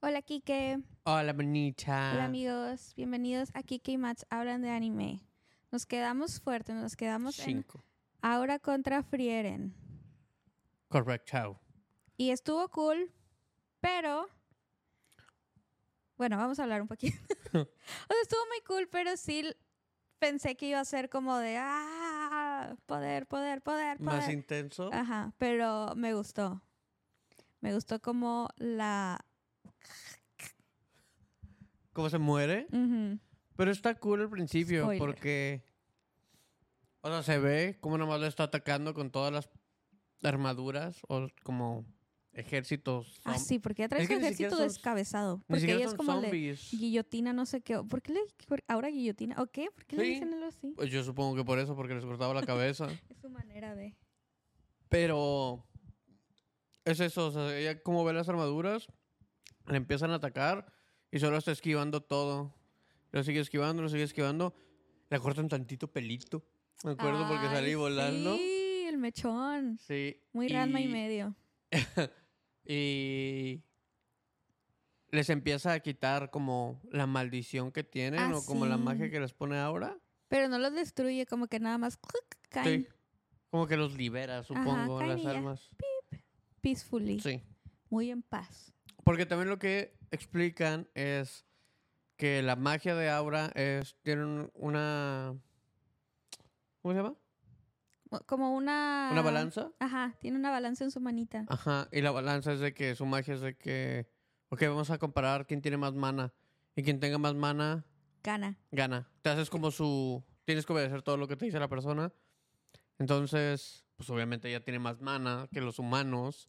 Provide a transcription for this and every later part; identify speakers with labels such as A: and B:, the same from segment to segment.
A: Hola Kike,
B: Hola, Oh, bonita.
A: hola amigos, bienvenidos a Kike y Match hablan de anime. Nos quedamos fuertes, nos quedamos en
B: Cinco.
A: ahora contra Frieren.
B: Correcto.
A: Y estuvo cool, pero bueno, vamos a hablar un poquito. o sea, estuvo muy cool, pero sí pensé que iba a ser como de ah, poder, poder, poder, poder.
B: Más intenso.
A: Ajá, pero me gustó. Me gustó como la
B: ¿Cómo se muere?
A: ujú,
B: Pero está cool al principio
A: Spoiler.
B: porque. O sea, se ve como nomás lo está atacando con todas las armaduras o como ejércitos.
A: Ah,
B: zom-
A: sí, porque ya traes
B: que
A: un
B: ni siquiera
A: ejército
B: son-
A: descabezado.
B: Ni
A: Porque
B: siquiera
A: ellos
B: son
A: como le
B: zombies.
A: guillotina no sé qué. ¿Por qué le por- ahora guillotina? ¿O qué? ¿Por qué le
B: Sí.
A: dicen algo así?
B: Pues yo supongo que por eso, porque les cortaba la cabeza.
A: Es su manera de.
B: Pero es eso, o sea, ella como ve las armaduras, le empiezan a atacar y solo está esquivando todo. Lo sigue esquivando, lo sigue esquivando. Le cortan tantito pelito. Me acuerdo porque
A: Ay,
B: salí volando.
A: Sí, el mechón.
B: Sí.
A: Muy rama y medio.
B: Y les empieza a quitar como la maldición que tienen
A: Ah,
B: o como la
A: sí.
B: magia que les pone ahora.
A: Pero no los destruye, como que nada más cluck, caen
B: Sí. Como que los libera, supongo,
A: caen y
B: las
A: ya.
B: almas.
A: peacefully.
B: Sí.
A: Muy en paz.
B: Porque también lo que explican es que la magia de Aura es tienen una ¿cómo se llama?
A: Mo- Como una.
B: Una balanza.
A: Ajá, tiene una balanza en su manita.
B: Ajá, y la balanza es de que su magia es de que ok, vamos a comparar quién tiene más mana y quien tenga más mana
A: Gana.
B: gana. Te haces como su tienes que obedecer todo lo que te dice la persona. Entonces, pues obviamente ella tiene más mana que los humanos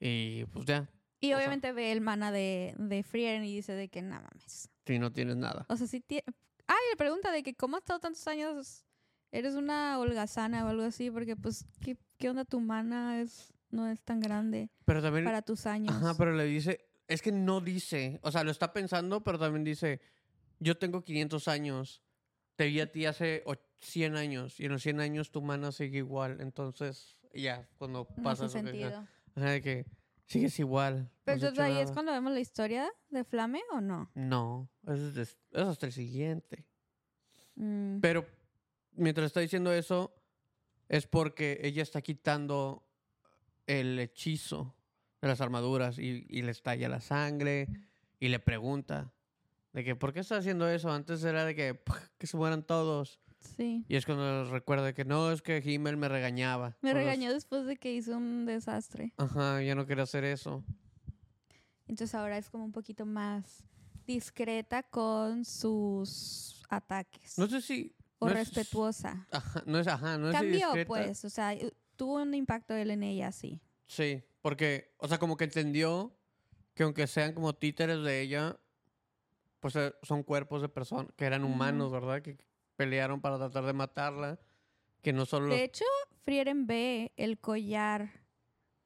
B: y pues ya,
A: Y
B: O sea-
A: obviamente ve el mana de, de Frieren y dice de que nada mames.
B: si no tienes nada.
A: O sea, sí tiene. Ah, y le pregunta de que cómo has estado tantos años. Eres una holgazana o algo así, porque pues, ¿qué, qué onda tu mana? Es, no es tan grande
B: Pero también
A: para tus años.
B: Ajá, pero le dice, es que no dice, o sea, lo está pensando, pero también dice, yo tengo 500 años, te vi a ti hace och- 100 años, y en los 100 años tu mana sigue igual, entonces ya, cuando
A: no
B: pasa
A: hace
B: eso que dice,
A: sentido.
B: o sea, de que sigues igual. no
A: Pero
B: has
A: entonces
B: hecho
A: ahí es
B: nada.
A: cuando vemos la historia de Flame o no.
B: No, eso es, des- eso es hasta el siguiente.
A: Mm,
B: Pero mientras está diciendo eso, es porque ella está quitando el hechizo de las armaduras y, y le estalla la sangre y le pregunta de que ¿por qué está haciendo eso? Antes era de que, "Puf, que se mueran todos.
A: sí.
B: Y es cuando recuerda que no, es que Himmel me regañaba.
A: Me
B: por los-
A: regañó después de que hizo un desastre.
B: Ajá, ya no quería hacer eso.
A: Entonces ahora es como un poquito más discreta con sus ataques.
B: No sé si...
A: o
B: no es-
A: respetuosa.
B: Ajá, no es, ajá, no es
A: Cambió,
B: indiscreta.
A: pues. O sea, eh, tuvo un impacto él en ella, sí.
B: Sí, porque, o sea, como que entendió que aunque sean como títeres de ella, pues eh, son cuerpos de personas que eran
A: Ujú.
B: humanos, ¿verdad? Que pelearon para tratar de matarla, que no solo los-
A: De hecho, Frieren ve el collar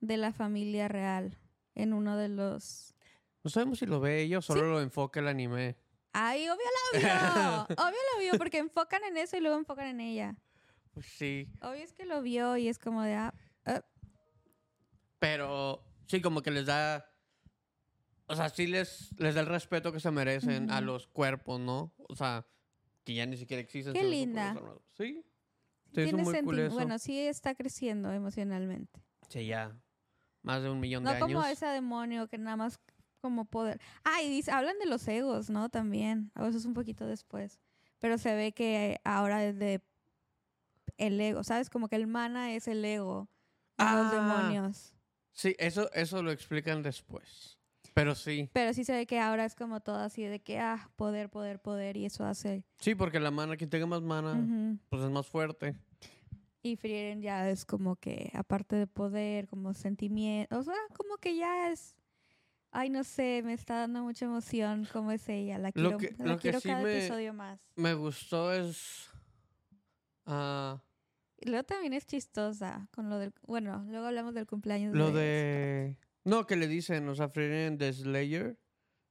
A: de la familia real en uno de los.
B: No sabemos si lo ve ella o solo lo enfoca el anime.
A: ¡Ay, obvio lo vio! Obvio lo vio porque enfocan en eso y luego enfocan en ella.
B: Pues sí,
A: Obvio es que lo vio y es como de. Ah,
B: pero sí, como que les da... O sea, sí les, les da el respeto que se merecen a
A: Ujú.
B: los cuerpos, ¿no? O sea, que ya ni siquiera existen.
A: Qué
B: sino son
A: linda.
B: cuerpos armados. Sí. Se hizo
A: tiene
B: muy cool
A: sentido.
B: eso.
A: Bueno, sí está creciendo emocionalmente.
B: Sí, ya. Más de un millón
A: No
B: de años.
A: como ese demonio que nada más como poder. Ah, y dice- hablan de los egos, ¿no? También. O eso es un poquito después. Pero se ve que ahora desde el ego, ¿sabes? Como que el mana es el ego de los
B: Ah.
A: demonios.
B: Sí, eso, eso lo explican después. Pero sí.
A: Pero sí se ve que ahora es como todo así de que, ah, poder, poder, poder. Y eso hace.
B: Sí, porque la mana, quien tenga más mana,
A: Ujú.
B: pues es más fuerte.
A: Y Frieren ya es como que, aparte de poder, como sentimiento. O sea, como que ya es. Ay, no sé, me está dando mucha emoción cómo es ella. La quiero,
B: Lo que-
A: la
B: lo que
A: quiero
B: sí
A: cada
B: me-
A: episodio más.
B: Me gustó es... ah,
A: Y luego también es chistosa con lo del... Bueno, luego hablamos del cumpleaños.
B: lo de... No, que le dicen, o sea, Frieren de Slayer.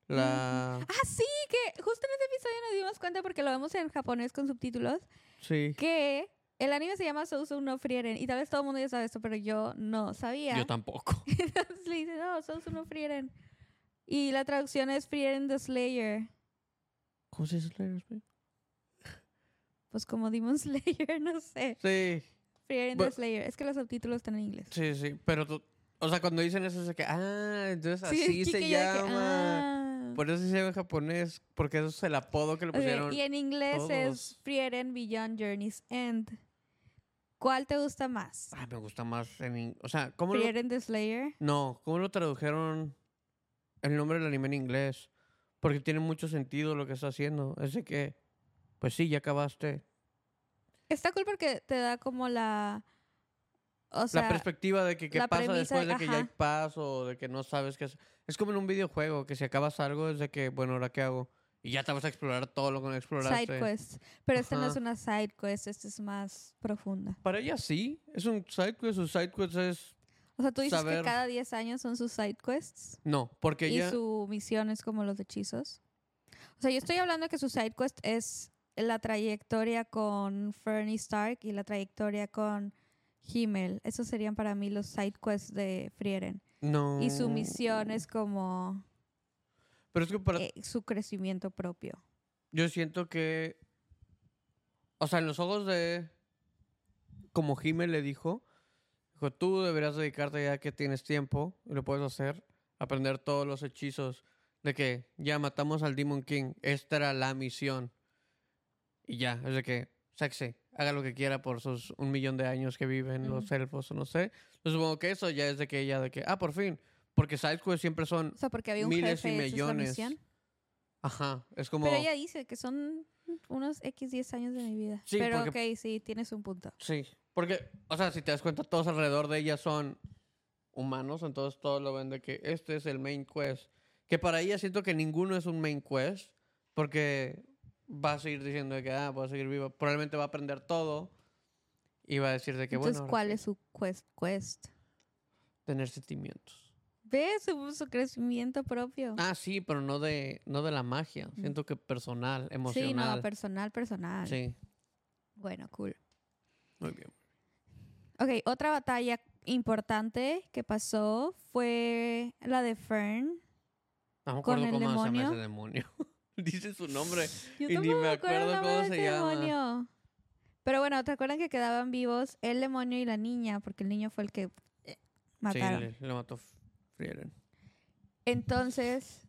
B: La...
A: Ah, sí, que justo en este episodio nos dimos cuenta porque lo vemos en japonés con subtítulos,
B: Sí.
A: que el anime se llama Sousu no Frieren. Y tal vez todo el mundo ya sabe esto, pero yo no sabía.
B: Yo tampoco.
A: Entonces le dice, no, Sousu no Frieren. Y la traducción es Fear and the Slayer.
B: ¿Cómo se dice Slayer? güey?
A: Pues como Demon Slayer, no sé.
B: Sí,
A: Fear and
B: Bu-
A: the Slayer. Es que los subtítulos están en inglés.
B: sí, sí. Pero, tú- o sea, cuando dicen eso es de que, ah, entonces
A: Sí,
B: así
A: Kike
B: se
A: y yo de que,
B: llama.
A: "Ah".
B: Por eso se llama en japonés, porque eso es el apodo que le
A: Ok,
B: pusieron.
A: Y en inglés es
B: todos.
A: Fear and Beyond Journey's End. ¿Cuál te gusta más?
B: Ah, me gusta más en in- O sea, ¿cómo lo,
A: Fear and the Slayer.
B: No, ¿cómo lo tradujeron el nombre del anime en inglés? Porque tiene mucho sentido lo que está haciendo. Es de que, pues sí, ya acabaste.
A: Está cool porque te da como la. O
B: la
A: sea,
B: perspectiva de que qué
A: la
B: pasa
A: premisa,
B: después de que ya hay
A: ajá.
B: paz o de que no sabes qué hacer. Es como en un videojuego, que si acabas algo es de que, bueno, ¿ahora qué hago? Y ya te vas a explorar todo lo que no exploraste.
A: side quest. Pero esta no
B: Ajá.
A: es una side quest, esta es más profunda.
B: Para ella sí, es un side quest. Su side quest es...
A: O sea, tú dices que
B: Saber-
A: cada 10 años son sus side quests.
B: No, porque
A: Y
B: ella...
A: su misión es como los hechizos. O sea, yo estoy hablando de que su side quest es la trayectoria con Fernie Stark y la trayectoria con Himmel. Esos serían para mí los side quests de Frieren.
B: No.
A: Y su misión es como
B: Pero es que para
A: eh, su crecimiento propio.
B: Yo siento que. O sea, en los ojos de. Como Jimé le dijo, dijo: Tú deberías dedicarte ya que tienes tiempo y lo puedes hacer, aprender todos los hechizos. De que ya matamos al Demon King, esta era la misión. Y ya, es de que, sexy, haga lo que quiera por sus un millón de años que viven los
A: Ujú.
B: elfos o no sé. Yo supongo que eso ya es de que ella, de que, ah, por fin. Porque sidequests siempre son,
A: O sea, porque había un
B: Miles y
A: jefe, esa es la
B: millones.
A: misión.
B: ajá, es como.
A: Pero ella dice que son unos X 10 años de mi vida.
B: Sí,
A: Pero ok,
B: porque-
A: sí, tienes un punto.
B: Sí, porque, o sea, si te das cuenta, todos alrededor de ella son humanos, entonces todos lo ven de que este es el main quest. Que para ella siento que ninguno es un main quest, porque va a seguir diciendo de que, ah, voy a seguir viva. Probablemente va a aprender todo y va a decir de que,
A: Entonces,
B: bueno, ahora
A: ¿cuál
B: que
A: es su quest? quest?
B: tener sentimientos.
A: Ve su, su crecimiento propio.
B: Ah, sí, pero no de, no de la magia,
A: Mm.
B: siento que personal,
A: sí,
B: emocional.
A: no, personal, personal.
B: Sí,
A: Bueno, cool.
B: muy bien.
A: Ok, otra batalla importante que pasó fue la de Fern.
B: No me
A: ¿Con
B: acuerdo
A: el
B: cómo se llama
A: demonio?
B: ese demonio. Dice su nombre.
A: Yo
B: Y ni
A: tampoco
B: me
A: el
B: acuerdo
A: nombre
B: cómo
A: de
B: se
A: ese
B: llama.
A: demonio. Pero bueno, ¿te acuerdan que quedaban vivos el demonio y la niña? Porque el niño fue el que eh, mataron.
B: Sí, le, le mató Frieren.
A: Entonces,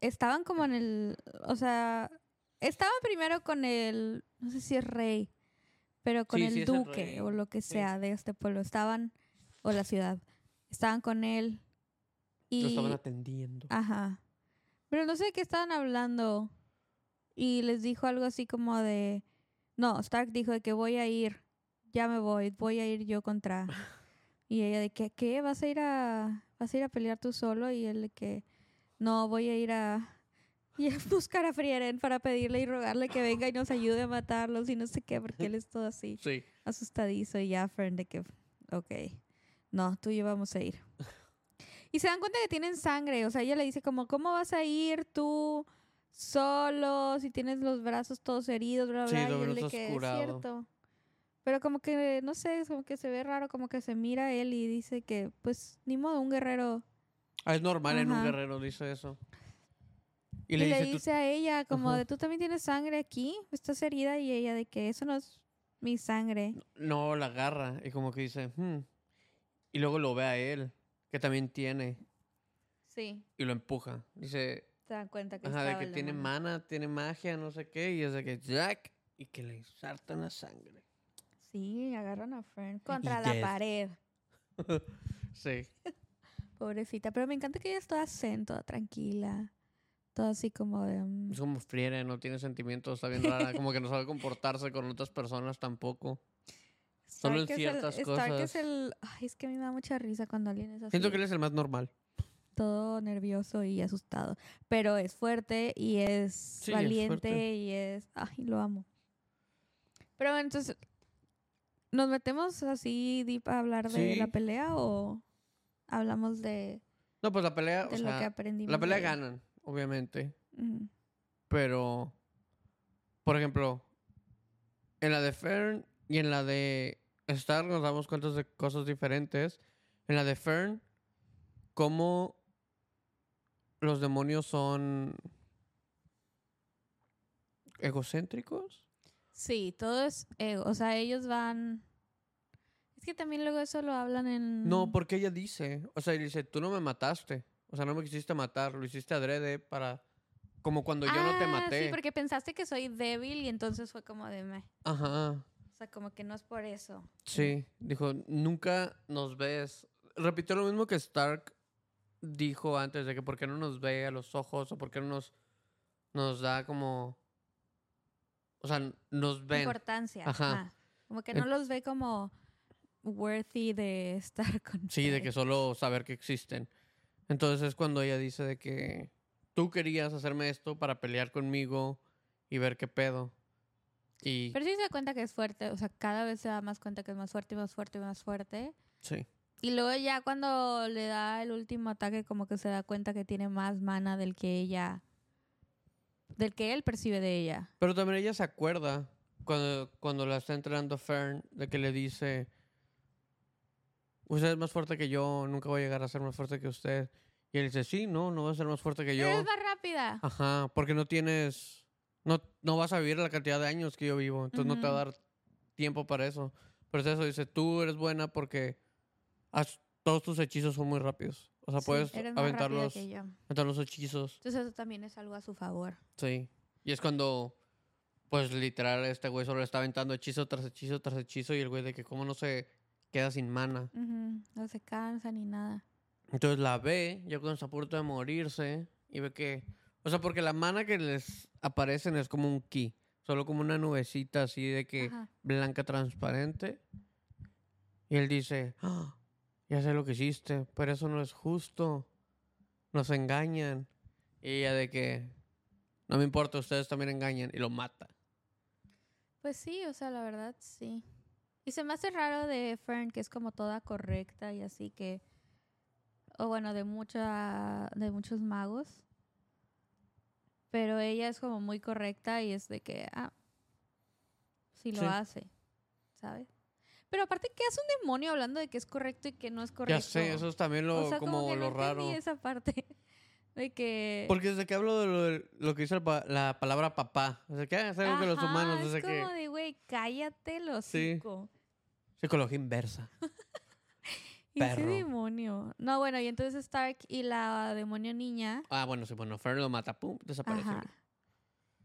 A: estaban como en el. O sea, estaban primero con el. No sé si es rey, pero con
B: Sí,
A: el
B: sí es el
A: duque
B: rey,
A: o lo que
B: sí.
A: sea de este pueblo. Estaban. O la ciudad. Estaban con él.
B: Lo
A: Y.
B: estaban atendiendo.
A: Ajá. Pero no sé de qué estaban hablando. Y les dijo algo así como de. No, Stark dijo de que voy a ir. Ya me voy, voy a ir yo contra. Y ella de que, ¿qué? ¿Vas a ir a. vas a ir a pelear tú solo? Y él de que. No, voy a ir a. Y a buscar a Frieren para pedirle y rogarle que venga y nos ayude a matarlos y no sé qué, porque él es todo así,
B: Sí.
A: asustadizo y ya Frieren de que, ok, no, tú y yo vamos a ir. Y se dan cuenta que tienen sangre. O sea, ella le dice como, ¿cómo vas a ir tú solo si tienes los brazos todos heridos, bla,
B: Sí,
A: bla?
B: los
A: y él le
B: brazos
A: que es
B: curado".
A: cierto. Pero como que, no sé, es como que se ve raro, como que se mira él y dice que, pues, ni modo, un guerrero.
B: Ah, es normal en un
A: Ajá.
B: guerrero, dice eso. Y,
A: Y,
B: le, dice,
A: a ella como
B: Ajá.
A: de, tú también tienes sangre aquí, estás herida. Y ella de que eso no es mi sangre.
B: "Tú- no, la agarra. Y como que dice, hmm. Y luego lo ve a él, que también tiene,
A: Sí,
B: y lo empuja. Dice,
A: se dan cuenta que
B: ajá, de
A: estaba
B: que
A: el
B: tiene
A: demonio.
B: mana, tiene magia, no sé qué. Y es de que Jack, y que le saltan la sangre.
A: Sí, agarran a Fern contra
B: Y
A: la
B: yes.
A: pared.
B: Sí.
A: Pobrecita, pero me encanta que ella es toda zen, toda tranquila. Toda así como de... mm,
B: Es como friere, no tiene sentimientos, está bien rara. Como que no sabe comportarse con otras personas tampoco. Solo en
A: Stark es el-
B: ciertas
A: Stark es
B: cosas.
A: el... Ay, es que a mí me da mucha risa cuando alguien es así.
B: Siento que él es el más normal.
A: Todo nervioso y asustado. Pero es fuerte y es
B: es
A: valiente
B: fuerte.
A: y es... Ay, lo amo. Pero bueno, entonces... ¿Nos metemos así, Deep, a hablar de la
B: Sí.
A: pelea o hablamos de,
B: No, pues la pelea,
A: de
B: o
A: lo que
B: sea,
A: aprendimos?
B: la pelea
A: de-
B: ganan, obviamente.
A: Ujú.
B: Pero, por ejemplo, en la de Fern y en la de Star nos damos cuenta de cosas diferentes. En la de Fern, cómo los demonios son egocéntricos.
A: Sí, todo es ego. O sea, ellos van. Es que también luego eso lo hablan en.
B: No, porque ella dice, o sea, dice, tú no me mataste, o sea, no me quisiste matar, lo hiciste adrede para, como cuando yo no te
A: Ah,
B: maté.
A: Sí, porque pensaste que soy débil y entonces fue como de meh.
B: Ajá,
A: O sea, como que no es por eso.
B: sí, dijo, nunca nos ves. Repitió lo mismo que Stark dijo antes de que por qué no nos ve a los ojos o por qué no nos, nos da como, o sea, nos ven.
A: Importancia.
B: Ajá.
A: ajá. Como que no
B: En-
A: los ve como worthy de estar con
B: Sí, de que
A: ustedes.
B: solo saber que existen. Entonces es cuando ella dice de que tú querías hacerme esto para pelear conmigo y ver qué pedo. Y
A: Pero sí se da cuenta que es fuerte. O sea, cada vez se da más cuenta que es más fuerte y más fuerte y más fuerte.
B: sí.
A: Y luego ya cuando le da el último ataque, como que se da cuenta que tiene más mana del que ella. Del que él percibe de ella.
B: Pero también ella se acuerda cuando, cuando la está entrenando Fern de que le dice Usted es más fuerte que yo, nunca voy a llegar a ser más fuerte que usted. Y él dice, sí, no, no voy a ser más fuerte que yo.
A: Pero es más rápida.
B: Ajá, porque no tienes, no, no vas a vivir la cantidad de años que yo vivo, entonces no te va a dar tiempo para eso. Por eso dice, tú eres buena porque has- todos tus hechizos son muy rápidos. O sea,
A: Sí,
B: puedes
A: eres más
B: aventar
A: rápida
B: los,
A: que yo.
B: aventar los hechizos.
A: Entonces eso también es algo a su favor.
B: Sí. Y es cuando, pues literal, este güey solo le está aventando hechizo tras hechizo tras hechizo y el güey de que cómo no se queda sin mana.
A: Ujú, No se cansa ni nada.
B: Entonces la ve, ya cuando está a punto de morirse, y ve que. O sea, porque la mana que les aparecen es como un ki. Solo como una nubecita así de que
A: Ajá.
B: blanca transparente. Y él dice: "Ah, Ya sé lo que hiciste, pero eso no es justo. Nos engañan. Y ella de que. No me importa, ustedes también engañan. Y lo mata.
A: Pues sí, o sea, la verdad sí. Y se me hace raro de Fern, que es como toda correcta y así que. O bueno, de mucha. de muchos magos. Pero ella es como muy correcta y es de que. Ah. Sí lo
B: Sí.
A: hace. ¿Sabes? Pero aparte, ¿qué hace un demonio hablando de que es correcto y que no es correcto?
B: Ya sé, eso es también lo,
A: O sea,
B: como,
A: que
B: lo
A: no
B: raro.
A: entendí este esa parte. De que.
B: Porque desde que hablo de lo, del- lo que dice la, pa- la palabra papá, desde que es algo que los
A: Ajá,
B: humanos,
A: es
B: desde que.
A: como de, güey, cállate los
B: Sí.
A: cinco.
B: Psicología inversa.
A: Y ese
B: Perro.
A: demonio. No, bueno, y entonces Stark y la demonio niña.
B: Ah, bueno, sí, bueno, Fern lo mata, pum, desaparece.
A: Ajá.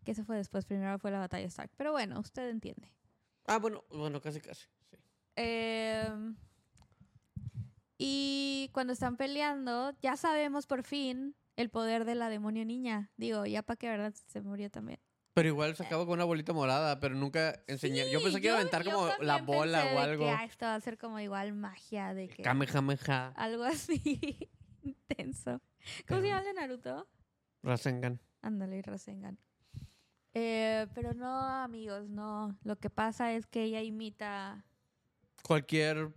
A: Que se fue después. Primero fue la batalla Stark. Pero bueno, usted entiende.
B: Ah, bueno, bueno, casi, casi. sí.
A: Em, y cuando están peleando, ya sabemos por fin el poder de la demonio niña. Digo, ya para que, ¿verdad? Se murió también.
B: Pero igual se acaba con una bolita morada, pero nunca enseñé. yo pensé
A: Sí,
B: que iba a aventar
A: yo
B: como la
A: también
B: bola
A: pensé
B: o
A: de
B: algo.
A: Que, ah, esto va a ser como igual magia de que. Ah.
B: Kamehameha.
A: Algo así intenso. ¿Cómo
B: Pero-
A: se llama el de Naruto?
B: Rasengan.
A: Ándale, Rasengan. Eh, pero no, amigos, no. Lo que pasa es que ella imita
B: Cualquier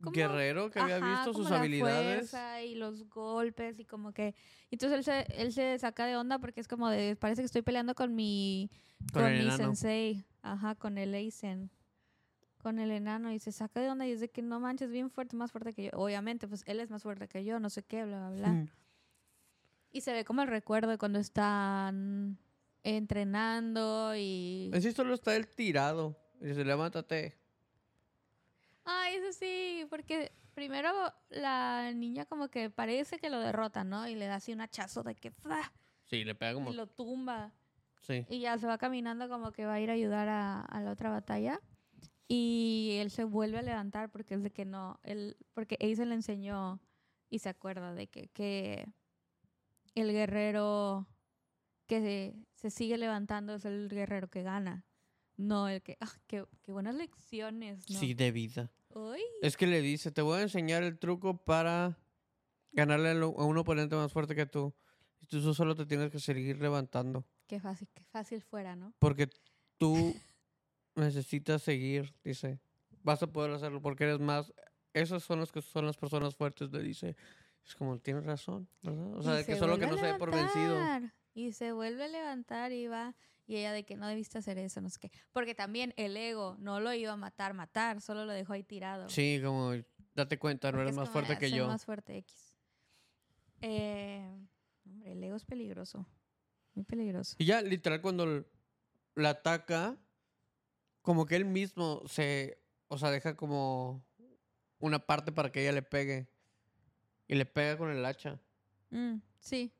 A: ¿Cómo?
B: guerrero que había
A: ajá,
B: visto
A: como
B: sus
A: la
B: habilidades.
A: fuerza y los golpes y como que... Entonces él se, él se saca de onda porque es como de... Parece que estoy peleando con mi,
B: Con
A: con
B: el
A: mi
B: enano.
A: sensei. Ajá, con el Eisen. Con el enano. Y se saca de onda y es de que no manches, bien fuerte, más fuerte que yo. Obviamente, pues él es más fuerte que yo, no sé qué, bla, bla, bla.
B: Mm.
A: Y se ve como el recuerdo de cuando están entrenando y...
B: En sí solo está el tirado. Y dice, levántate.
A: Ay, eso sí, porque primero la niña como que parece que lo derrota, ¿no? Y le da así un hachazo de que ¡fra!
B: Sí, le pega como.
A: y lo tumba.
B: Sí.
A: Y ya se va caminando como que va a ir a ayudar a, a la otra batalla. Y él se vuelve a levantar porque es de que no, él, porque Ace le enseñó y se acuerda de que, que el guerrero que se, se sigue levantando es el guerrero que gana. No, el que, ah, qué, qué buenas lecciones, ¿no?
B: Sí, de vida.
A: Uy.
B: Es que le dice, te voy a enseñar el truco para ganarle a lo- a un oponente más fuerte que tú. Y tú solo te tienes que seguir levantando.
A: Qué fácil, qué fácil fuera, ¿no?
B: Porque tú necesitas seguir, dice. Vas a poder hacerlo porque eres más... Esas son las que son las personas fuertes, le dice. Es como, tienes razón, ¿verdad? O sea,
A: Y
B: de que
A: se
B: solo que
A: vuelve a
B: no se dé por vencido.
A: levantar, Y se vuelve a levantar y va. Y ella de que no debiste hacer eso, no sé qué. Porque también el ego no lo iba a matar, matar, solo lo dejó ahí tirado.
B: Sí, como, date cuenta, no
A: Porque
B: eres
A: es "Ah,
B: más
A: como,
B: fuerte
A: "Ah,
B: que
A: soy
B: yo.
A: más fuerte X. Eh, Hombre, el ego es peligroso. Muy peligroso.
B: Y ya, literal, cuando l- la ataca, como que él mismo se. O sea, deja como una parte para que ella le pegue. Y le pega con el hacha.
A: Mm, sí.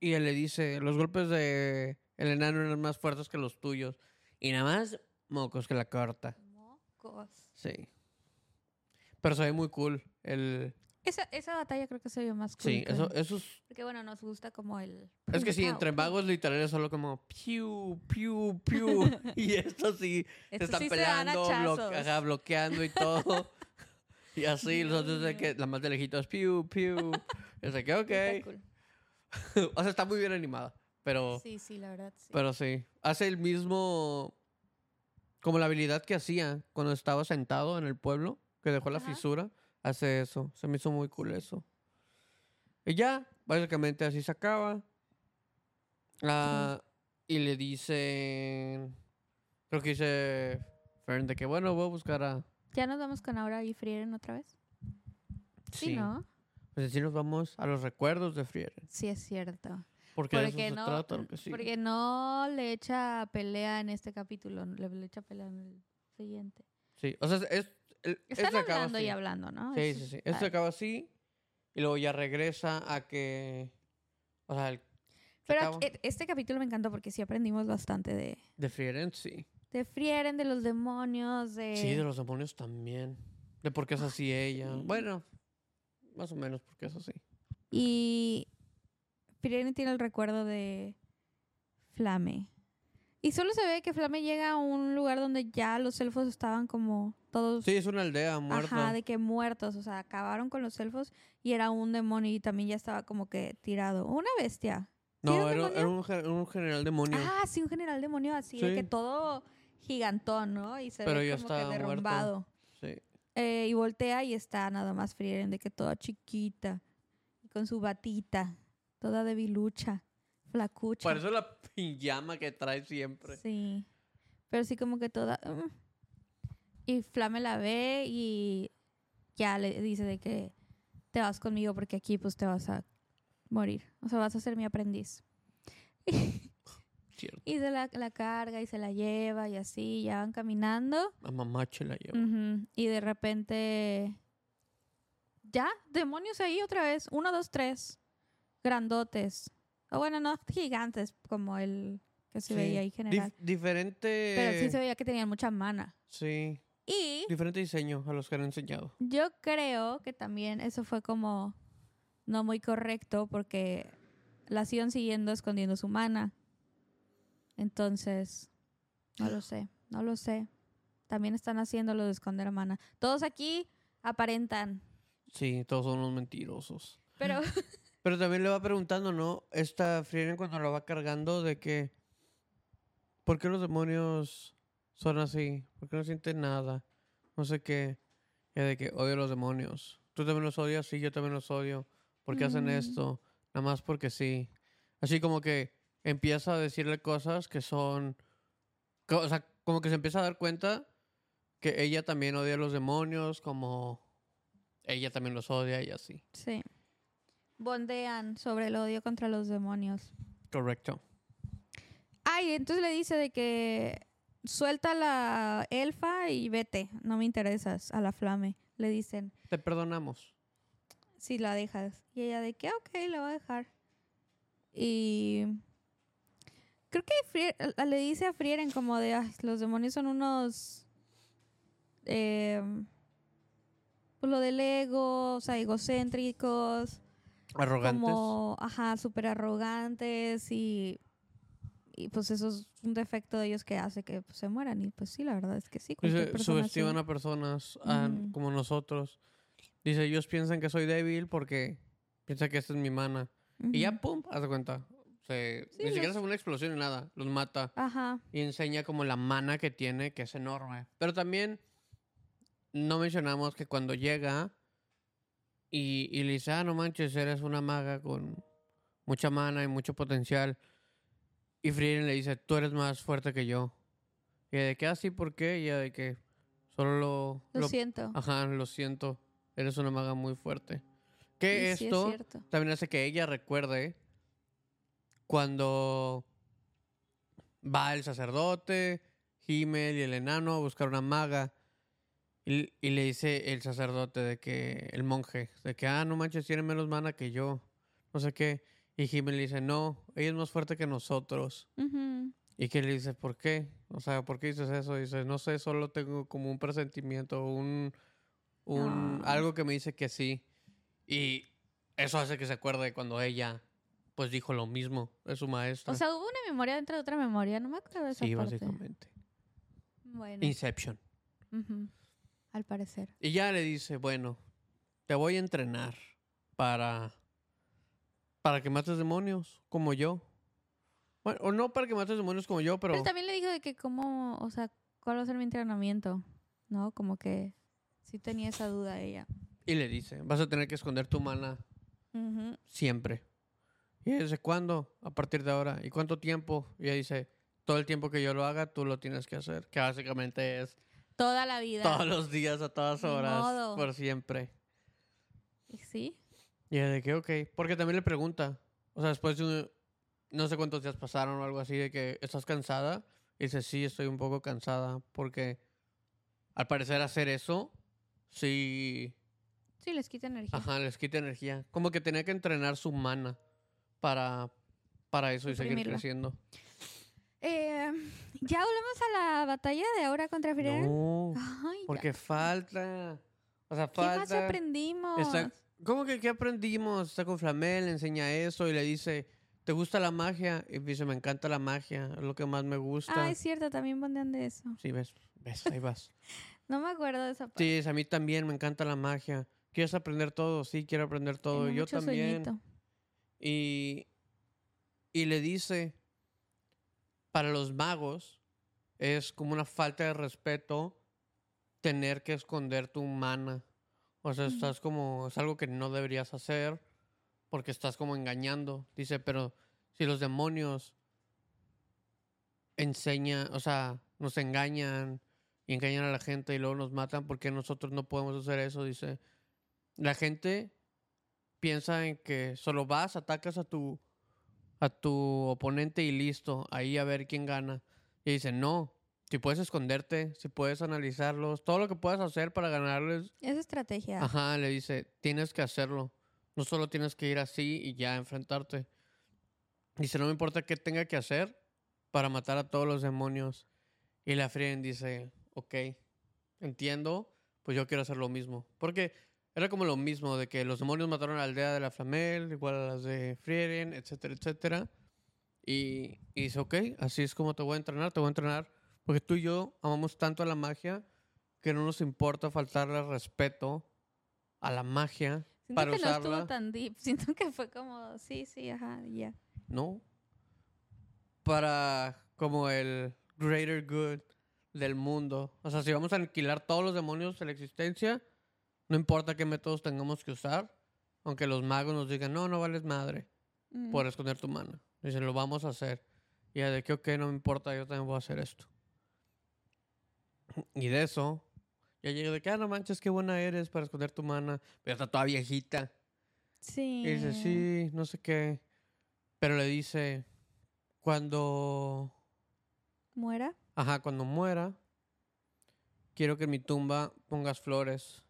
B: Y él le dice: Los golpes de el enano eran más fuertes que los tuyos. Y nada más, mocos que la corta.
A: Mocos.
B: Sí. Pero se ve muy cool. El...
A: Esa, esa batalla creo que se vio más cool.
B: Sí,
A: que-
B: eso, eso es.
A: Porque bueno, nos gusta como el...
B: Es que sí,
A: Pow,
B: entre
A: pow.
B: magos literal es solo como piu, piu, piu. y esto sí,
A: Estos
B: se están
A: sí se dan
B: pelando, blo-
A: hachazos.
B: ajá, bloqueando y todo. y así,
A: Dios
B: los otros de
A: mío.
B: que la más de lejitos piu, piu. Yo sé que,
A: Está
B: ok.
A: cool.
B: o sea, está muy bien animada, pero sí.
A: Sí, sí, la verdad, sí.
B: pero sí. Hace el mismo, como la habilidad que hacía cuando estaba sentado en el pueblo, que dejó la
A: Ajá.
B: fisura, hace eso. Se me hizo muy cool eso. Y ya, básicamente así se acaba. Ah, Y le dicen, creo que dice Fern de que, bueno, voy a buscar a...
A: ¿Ya nos vamos con Aura y Frieren otra vez? Sí, ¿no?
B: Pues así nos vamos a los recuerdos de Frieren.
A: Sí, es cierto.
B: Porque, de eso
A: Porque
B: se
A: no,
B: trata lo que sigue.
A: porque no le echa pelea en este capítulo, le, le echa pelea en el siguiente.
B: Sí, o sea, es... el-
A: Están
B: este acaba
A: hablando y
B: así.
A: hablando, ¿no?
B: Sí,
A: Eso
B: sí,
A: es
B: sí. Esto
A: padre.
B: acaba así y luego ya regresa a que... O sea, el,
A: Pero
B: acaba.
A: aquí- este capítulo me encantó porque sí aprendimos bastante de,
B: de Frieren, sí.
A: de Frieren, de los demonios, de...
B: Sí, de los demonios también. De por qué es así ella.
A: sí.
B: Bueno, más o menos porque es así.
A: Y Frieren tiene el recuerdo de Flame. Y solo se ve que Flame llega a un lugar donde ya los elfos estaban como todos...
B: Sí, es una aldea muerta.
A: Ajá, de que muertos, o sea, acabaron con los elfos y era un demonio y también ya estaba como que tirado. Una bestia. ¿Sí
B: no,
A: era
B: era,
A: un
B: era un, gen- un general demonio.
A: Ah, sí, un general demonio así, de
B: Sí.
A: que todo gigantón, ¿no? Y se
B: Pero
A: ve
B: ya
A: como que
B: estaba muerto.
A: derrumbado.
B: Sí.
A: Eh, y voltea y está nada más Frieren, de que toda chiquita, y con su batita, toda debilucha, flacucha.
B: Por eso la pijama que trae siempre.
A: Sí. Pero sí como que toda... "Mm". Y Flame la ve y ya le dice de que te vas conmigo porque aquí pues te vas a morir. O sea, vas a ser mi aprendiz.
B: Cierto.
A: Y se la, la carga y se la lleva y así, ya van caminando.
B: La mamache la lleva.
A: Ujú. Y de repente... Ya, demonios ahí otra vez. Uno, dos, tres. Grandotes. O bueno, no gigantes como el que se
B: Sí.
A: veía ahí
B: Dif-
A: general.
B: diferente.
A: Pero sí se veía que tenían mucha mana.
B: sí,
A: Y
B: diferente diseño a los que han enseñado.
A: yo creo que también eso fue como no muy correcto porque la siguen siguiendo escondiendo su mana. Entonces, no lo sé, no lo sé. También están haciendo lo de esconder mana. Todos aquí aparentan,
B: Sí, todos son unos mentirosos.
A: pero
B: Pero también le va preguntando, ¿no? Esta Frieren cuando lo va cargando de que... ¿Por qué los demonios son así? ¿Por qué no sienten nada? No sé qué. Ya de que odio a los demonios. ¿Tú también los odias? Sí, yo también los odio. ¿Por qué hacen
A: Mm.
B: esto? Nada más porque sí. Así como que empieza a decirle cosas que son... co- O sea, como que se empieza a dar cuenta que ella también odia a los demonios, como ella también los odia y así.
A: sí. Bondean sobre el odio contra los demonios.
B: Correcto.
A: Ay, entonces le dice de que suelta a la elfa y vete, no me interesas, a la flame, le dicen,
B: Te perdonamos.
A: si la dejas. Y ella de que, ok, la voy a dejar. Y creo que Frie- a- le dice a Frieren como de, "Ay, los demonios son unos... Eh, pues lo del ego, o sea, egocéntricos
B: Arrogantes.
A: como, ajá, súper arrogantes y, y pues eso es un defecto de ellos que hace que pues, se mueran. Y pues sí, la verdad es que sí. cualquier
B: Dice,
A: persona así.
B: subestiman a personas a-
A: Ujú.
B: como nosotros. Dice, ellos piensan que soy débil porque piensan que esta es mi mana. Y ya,
A: Ujú.
B: pum, haz de cuenta. Se-
A: Sí,
B: ni siquiera
A: los-
B: hace una explosión ni nada. Los mata.
A: Ajá,
B: Y enseña como la mana que tiene, que es enorme. Pero también no mencionamos que cuando llega y, y le dice, ah, no manches, eres una maga con mucha mana y mucho potencial. Y Frieren le dice, tú eres más fuerte que yo. Y ella de que, así, ¿por qué? Y ella de que, solo lo...
A: lo,
B: lo-
A: siento.
B: Ajá, lo siento. Eres una maga muy fuerte.
A: Y
B: Que
A: sí, es
B: esto
A: cierto.
B: también hace que ella recuerde cuando va el sacerdote, Himmel y el enano a buscar una maga. Y, y le dice el sacerdote de que, el monje, de que, ah, no manches, tienen menos mana que yo, no sé qué. Y Himmel le dice, no, ella es más fuerte que nosotros.
A: Ujú.
B: Y que le dice, ¿por qué? O sea, ¿por qué dices eso? Dice, no sé, solo tengo como un presentimiento, un, un
A: Ah.
B: algo que me dice que sí. Y eso hace que se acuerde cuando ella, pues dijo lo mismo, es su maestra.
A: O sea, hubo una memoria dentro de otra memoria, no me acuerdo de esa
B: sí,
A: parte.
B: básicamente.
A: Bueno,
B: Inception.
A: ujú, al parecer.
B: Y ya le dice, bueno, te voy a entrenar para, para que mates demonios como yo. Bueno, o no para que mates demonios como yo, pero...
A: Pero también le dijo de que cómo, o sea, cuál va a ser mi entrenamiento, ¿no? Como que sí tenía esa duda ella.
B: Y le dice, vas a tener que esconder tu mana
A: Ujú.
B: siempre. ¿Y ella dice cuándo? A partir de ahora. ¿Y cuánto tiempo? Y ella dice, todo el tiempo que yo lo haga, tú lo tienes que hacer. Que básicamente es
A: Toda la vida.
B: todos los días, a todas
A: Ni
B: horas,
A: modo.
B: por siempre.
A: Y Sí,
B: Y ella de que, ok. Porque también le pregunta, o sea, después de un- no sé cuántos días pasaron o algo así, de que, ¿estás cansada? Y dice, sí, estoy un poco cansada. Porque al parecer hacer eso, sí,
A: sí, les quita energía.
B: ajá, les quita energía. Como que tenía que entrenar su mana para, para eso y seguir
A: Suprimirla.
B: creciendo.
A: Eh, ya volvemos a la batalla de ahora contra Frieren.
B: No,
A: Ay, ya.
B: porque falta. O sea,
A: ¿qué más
B: falta.
A: aprendimos?
B: Está- ¿Cómo que qué aprendimos? Está con Flamel, le enseña eso y le dice, ¿te gusta la magia? Y dice, me encanta la magia, es lo que más me gusta.
A: Ah, es cierto, también ponían de eso.
B: Sí, ves, ves, ahí vas.
A: No me acuerdo de esa parte.
B: sí, dice, a mí también me encanta la magia. ¿Quieres aprender todo? Sí, quiero aprender todo.
A: Tenía
B: Yo
A: mucho
B: también.
A: sueñito.
B: Y, y le dice, para los magos es como una falta de respeto tener que esconder tu mana. O sea,
A: Ujú.
B: estás como, es algo que no deberías hacer porque estás como engañando. Dice, pero si los demonios enseñan, o sea, nos engañan y engañan a la gente y luego nos matan, ¿por qué nosotros no podemos hacer eso? Dice, la gente piensa en que solo vas, atacas a tu a tu oponente y listo, ahí a ver quién gana. Y dice, "No, si puedes esconderte, si puedes analizarlos, todo lo que puedas hacer para ganarles."
A: Es estrategia.
B: Ajá, le dice, "Tienes que hacerlo. No solo tienes que ir así y ya enfrentarte." Dice, "No me importa qué tenga que hacer para matar a todos los demonios." Y la Frien dice, ok, entiendo, pues yo quiero hacer lo mismo." Porque era como lo mismo, de que los demonios mataron a la aldea de la Flamel, igual a las de Frieren, etcétera, etcétera. Y, y dice, ok, así es como te voy a entrenar, te voy a entrenar. Porque tú y yo amamos tanto a la magia que no nos importa faltarle al respeto a la magia
A: Siento
B: para
A: que
B: usarla.
A: no estuvo tan deep. Siento que fue como, sí, sí, ajá, ya.
B: No. Para como el greater good del mundo. O sea, si vamos a aniquilar todos los demonios de la existencia, no importa qué métodos tengamos que usar, aunque los magos nos digan, no, no vales madre
A: Mm.
B: por esconder tu mano. Dicen, lo vamos a hacer. Y ella de que, ok, no me importa, yo también voy a hacer esto. Y de eso, ya llegué de que, ah, no manches, qué buena eres para esconder tu mana. Pero está toda viejita.
A: Sí.
B: Y dice, sí, no sé qué. Pero le dice, cuando,
A: ¿Muera?
B: ajá, cuando muera, quiero que en mi tumba pongas flores.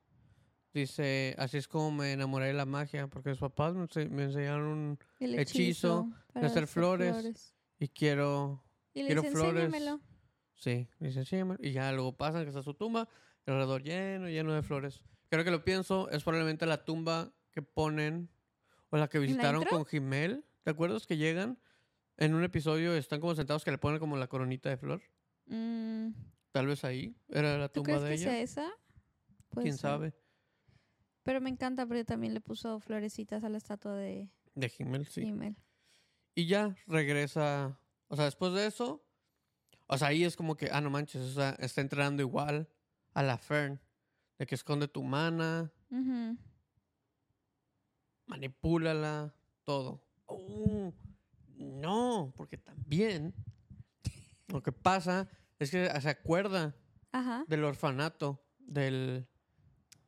B: Dice, así es como me enamoré de la magia, porque mis papás me, ense- me enseñaron un-
A: El
B: Hechizo
A: para
B: hacer flores. y quiero,
A: Y le
B: Quiero
A: dice,
B: flores.
A: enséñamelo.
B: sí, dice, sí, amor". y ya luego pasan que está su tumba, alrededor lleno, lleno de flores. Creo que lo pienso, es probablemente la tumba que ponen, o la que
A: la
B: visitaron
A: intro?
B: con Jimel, ¿te acuerdas que llegan? En un episodio están como sentados que le ponen como la coronita de flor.
A: Mm,
B: Tal vez ahí era la
A: ¿Tú
B: tumba
A: crees
B: de
A: que sea
B: ella.
A: esa? Puede
B: ¿Quién
A: ser.
B: sabe?
A: Pero me encanta porque también le puso florecitas a la estatua de
B: De Himmel, sí.
A: Himmel.
B: Y ya regresa. O sea, después de eso. O sea, ahí es como que, ah, no manches, o sea, está entrenando igual a la Fern. De que esconde tu mana,
A: Ujú.
B: manipúlala, todo. ¡Uh! no, porque también lo que pasa es que se acuerda
A: Ajá.
B: del orfanato del,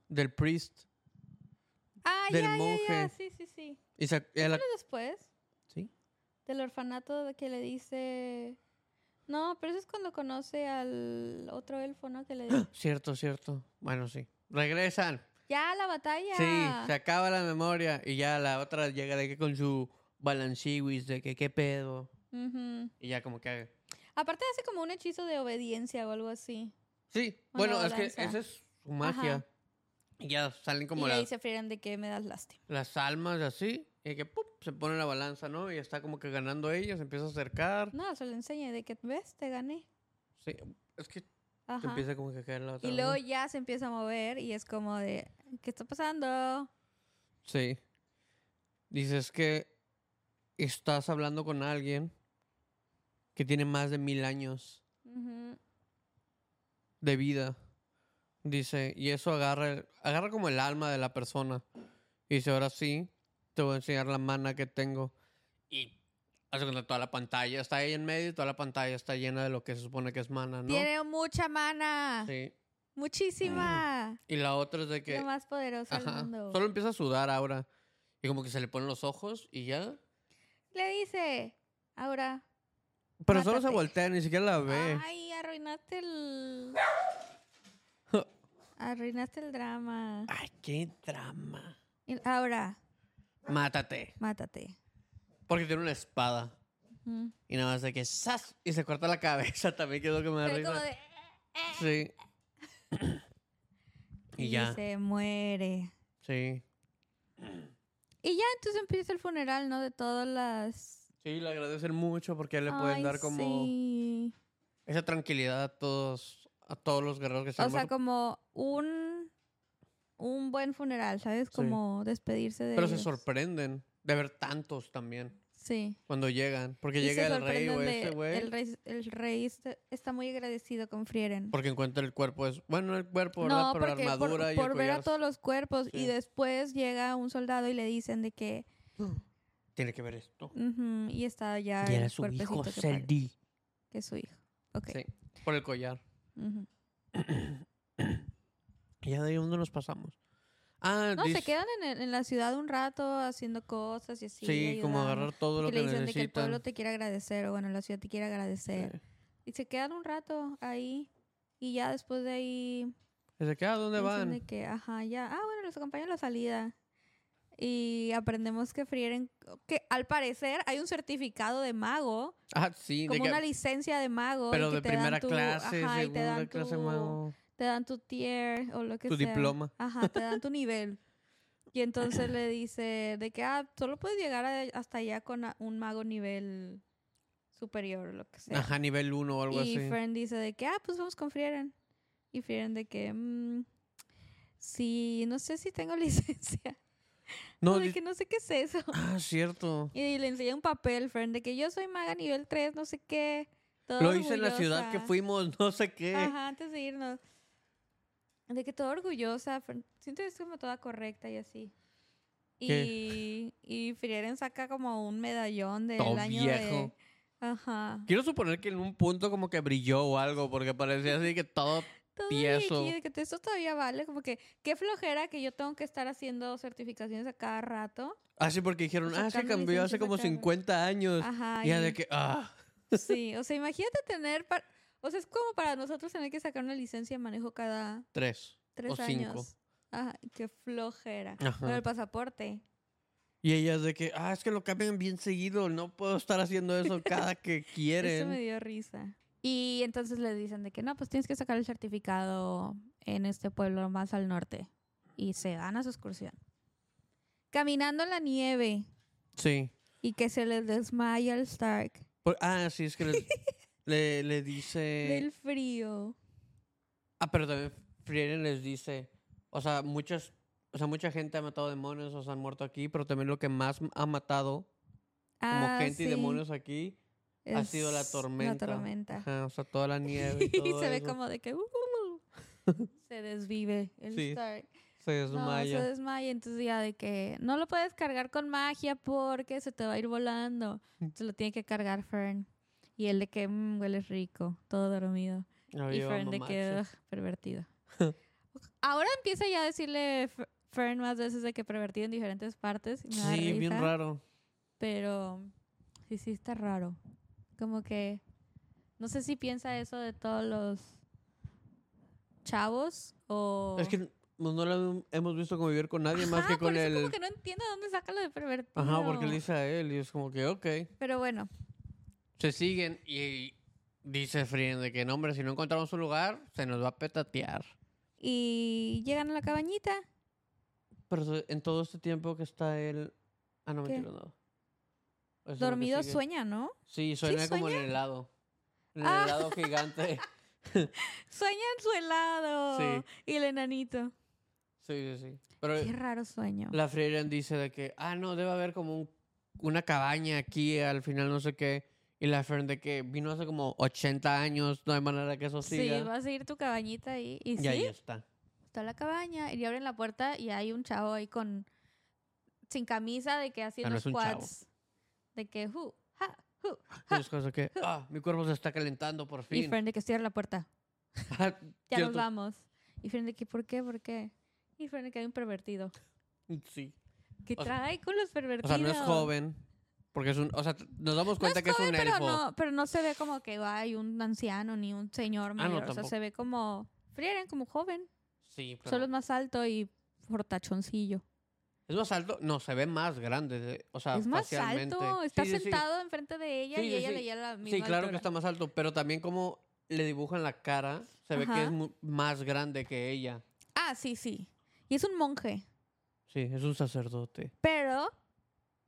B: del priest
A: Ah,
B: del
A: ya, ya, ya.
B: monje.
A: Sí, sí, sí.
B: y se- y a la-
A: Pero después.
B: ¿Sí?
A: Del orfanato de que le dice. No, pero eso es cuando conoce al otro elfo, ¿no? Que le dice.
B: Cierto, cierto. Bueno, sí. Regresan.
A: ¡Ya, la batalla!
B: Sí, se acaba la memoria y ya la otra llega de que con su balanciwis de que qué pedo.
A: Ujú.
B: Y ya como que...
A: Aparte hace como un hechizo de obediencia o algo así.
B: Sí,
A: Una
B: bueno, es que
A: balanza.
B: esa es su magia.
A: Ajá.
B: Y ya salen como
A: y le
B: las,
A: dice a Frieren de que me das lástima.
B: las almas así. Y que ¡pup! se pone la balanza, ¿no? Y está como que ganando ellos, empieza a acercar.
A: No, se lo enseña de que, ¿ves? Te gané.
B: Sí, es que te
A: Ajá.
B: empieza como que a caer la otra.
A: Y
B: ¿no?
A: luego ya se empieza a mover y es como de, ¿qué está pasando?
B: Sí. Dices que estás hablando con alguien que tiene más de mil años
A: Ujú.
B: de vida. Dice, y eso agarra, el- agarra como el alma de la persona. Y dice, ahora sí, te voy a enseñar la mana que tengo. Y hace cuenta toda la pantalla está ahí en medio y toda la pantalla está llena de lo que se supone que es mana, ¿no?
A: Tiene mucha mana.
B: Sí.
A: Muchísima.
B: Y la otra es de que...
A: La más poderosa
B: Ajá,
A: del mundo.
B: Solo empieza a sudar ahora. Y como que se le ponen los ojos y ya.
A: Le dice, ahora.
B: Pero solo se
A: Mátate.
B: voltea, ni siquiera la ve.
A: Ay, arruinaste el. arruinaste el drama.
B: Ay, qué drama.
A: Y Ahora,
B: Mátate.
A: mátate.
B: Porque tiene una espada.
A: Ujú.
B: Y nada más de que ¡zas! Y se corta la cabeza también, que es lo que me da
A: Pero
B: risa.
A: como de- "Eh".
B: Sí. y ya.
A: se muere.
B: Sí.
A: Y ya entonces empieza el funeral, ¿no? De todas las.
B: Sí, le agradecen mucho porque ya le pueden
A: Ay,
B: dar como
A: sí.
B: esa tranquilidad a todos, a todos los guerreros que están
A: O sea,
B: muertos.
A: como un. Un buen funeral, ¿sabes? Como despedirse de.
B: Pero se
A: ellos.
B: sorprenden de ver tantos también
A: Sí.
B: cuando llegan. Porque
A: Y se
B: llega el rey o
A: sorprenden de-
B: ese
A: El
B: güey.
A: rey, el rey est- está muy agradecido con Frieren.
B: Porque encuentra el cuerpo. Es, bueno, el cuerpo, ¿verdad?
A: no,
B: Pero
A: porque
B: la
A: por,
B: armadura y
A: por
B: el
A: ver a
B: collar
A: todos los cuerpos
B: Sí.
A: y después llega un soldado y le dicen de que
B: Tiene que ver esto.
A: ujú, y está ya
B: Y era
A: el
B: su
A: cuerpecito
B: hijo,
A: que, par-
B: Seldi.
A: que es su hijo. Ok.
B: Sí, por el collar.
A: ujú.
B: ¿Y ya de ahí dónde nos pasamos? Ah,
A: No,
B: dice-
A: se quedan en, el- en la ciudad un rato haciendo cosas y así.
B: Sí, como
A: ayudando,
B: agarrar todo lo
A: porque
B: que
A: le dicen de que el
B: necesitan.
A: pueblo te quiere agradecer o bueno, la ciudad te quiere agradecer.
B: Sí.
A: Y se quedan un rato ahí y ya después de ahí
B: Y se queda, "¿A ¿dónde
A: Dicen
B: van?
A: de que, ajá, ya. Ah, bueno, los acompaña a la salida. Y aprendemos que Frieren, que al parecer hay un certificado de mago,
B: Ah, sí, de
A: como
B: que-
A: una licencia de mago. y
B: pero
A: que
B: de
A: te dan
B: primera
A: tu-
B: clase,
A: ajá, y te
B: segunda
A: dan
B: clase
A: tu-
B: mago.
A: Te dan tu tier o lo que
B: Tu
A: sea.
B: diploma.
A: Ajá, te dan tu nivel. Y entonces le dice de que, ah, solo puedes llegar a- hasta allá con a- un mago nivel superior, lo que sea.
B: Ajá, nivel 1 o algo
A: Y
B: así.
A: Fern dice de que, ah, pues vamos con Frieren. Y Frieren de que, mm, sí, no sé si tengo licencia.
B: No,
A: de
B: di-
A: que no sé qué es eso.
B: ah, cierto.
A: Y le enseña un papel, Fern, de que yo soy maga nivel 3, no sé qué. Todo
B: Lo hice en la ciudad que
A: orgullosa.
B: fuimos, no sé qué.
A: Ajá, antes de irnos. De que toda orgullosa, Fern- siento que es como toda correcta y así. Y, y Frieren saca como un medallón del
B: Todo
A: año de...
B: viejo.
A: Ajá.
B: Quiero suponer que en un punto como que brilló o algo, porque parecía así que todo...
A: todo
B: Tieso.
A: líquido, que te- esto todavía vale, como que qué flojera que yo tengo que estar haciendo certificaciones a cada rato.
B: Así porque dijeron, ah, se
A: Sacaron
B: cambió hace
A: licencias
B: como
A: acá, güey.
B: 50 años.
A: Ajá.
B: Y Pues, ya
A: y-
B: de que, ah,
A: Sí, o sea, imagínate tener, par- o sea, es como para nosotros tener que sacar una licencia de manejo cada
B: tres.
A: tres
B: O cinco.
A: años. Ajá, qué flojera.
B: Ajá.
A: Con el pasaporte.
B: Y ellas de que, ah, es que lo cambian bien seguido, no puedo estar haciendo eso cada que
A: Eso
B: quieren.
A: me dio risa. Y entonces le dicen de que no, pues tienes que sacar el certificado en este pueblo más al norte. Y se van a su excursión. Caminando en la nieve.
B: Sí.
A: Y que se les desmaya el Stark
B: Por- ah, sí, es que le, le- le dice...
A: del frío.
B: Ah, pero también Frieren les dice, o sea, muchas, o sea, mucha gente ha matado demonios, o sea, han muerto aquí, pero también lo que más ha matado como
A: Ah,
B: gente y
A: sí,
B: demonios aquí ha
A: es
B: sido la tormenta.
A: La tormenta.
B: Ajá, o sea, toda la nieve.
A: Y
B: Y, todo
A: se ve
B: eso.
A: como de que uh, uh, uh, se desvive el
B: Sí,
A: Stark.
B: Se
A: No, se
B: desmaya.
A: desmaya. Entonces ya de que no lo puedes cargar con magia porque se te va a ir volando.
B: Mm.
A: Se lo tiene que cargar Fern. Y él de que mm, hueles rico, todo dormido.
B: Ay,
A: Y Fern
B: no
A: de que,
B: manches.
A: "Ugh, pervertido. Ahora empieza ya a decirle F- Fern más veces de que pervertido en diferentes partes. y me da
B: Sí, bien
A: risa,
B: raro.
A: Pero Sí, sí, está raro. Como que. No sé si piensa eso de todos los chavos o.
B: Es que n- pues, no lo hemos visto convivir con nadie más
A: Oh. Ajá,
B: que con
A: por eso
B: el...
A: como que no entiendo de dónde saca lo de pervertido.
B: Ajá, porque le dice a él y es como que, ok.
A: Pero bueno,
B: Se siguen y dice Frien de que, no, hombre, si no encontramos un lugar, se nos va a petatear.
A: y llegan a la cabañita.
B: Pero so- en todo este tiempo que está él... Ah, no,
A: ¿Qué?
B: mentira, no. Eso es lo que
A: Dormido
B: sigue.
A: sueña, ¿no?
B: Sí, suena como
A: sueña.
B: el helado. El
A: Ah.
B: helado gigante.
A: Sueña en su helado.
B: Sí.
A: Y el enanito.
B: Sí, sí, sí. Pero
A: Qué raro sueño.
B: la Freirian dice de que, ah, no, debe haber como un- una cabaña aquí al final, no sé qué. Y la Fern de que vino hace como 80 años, no hay manera que eso
A: Sí,
B: siga.
A: vas a ir tu cabañita ahí. Y,
B: y
A: sí,
B: ahí está.
A: está la cabaña. Y abren la puerta y hay un chavo ahí con. Sin camisa, de que haciendo
B: Ah, es un chavo.
A: squats. De que, ju, ja, ju.
B: Y es cosa que, ah, mi cuerpo se está calentando por
A: Y
B: fin.
A: Fern de que cierra la puerta.
B: Ah,
A: Ya nos
B: cierto.
A: vamos. Y Fern de que, ¿por qué? ¿Por qué? Y Fern de que hay un pervertido.
B: Sí.
A: ¿Qué
B: O sea-
A: trae con los
B: O
A: pervertidos?
B: sea, no es joven. Porque es un, o sea, t- nos damos cuenta que
A: joven,
B: es un elfo.
A: pero no, pero no se ve como que "Oh, hay un anciano ni un señor
B: Ah, no,
A: mayor. o sea,
B: tampoco.
A: se ve como Frieren, como joven.
B: Sí, pero
A: Solo es más alto y fortachoncillo.
B: es más alto. No, se ve más grande. de- o sea,
A: es más
B: Ah, facialmente.
A: alto, está
B: Sí, sí, sí.
A: sentado enfrente de ella
B: Sí,
A: y
B: sí,
A: ella
B: sí.
A: le llega a la misma
B: Sí, claro que
A: altura.
B: está más alto, pero también como le dibujan la cara, se ve que
A: Ajá.
B: es mu- más grande que ella.
A: Ah, sí, sí. Y es un monje,
B: Sí, es un sacerdote.
A: pero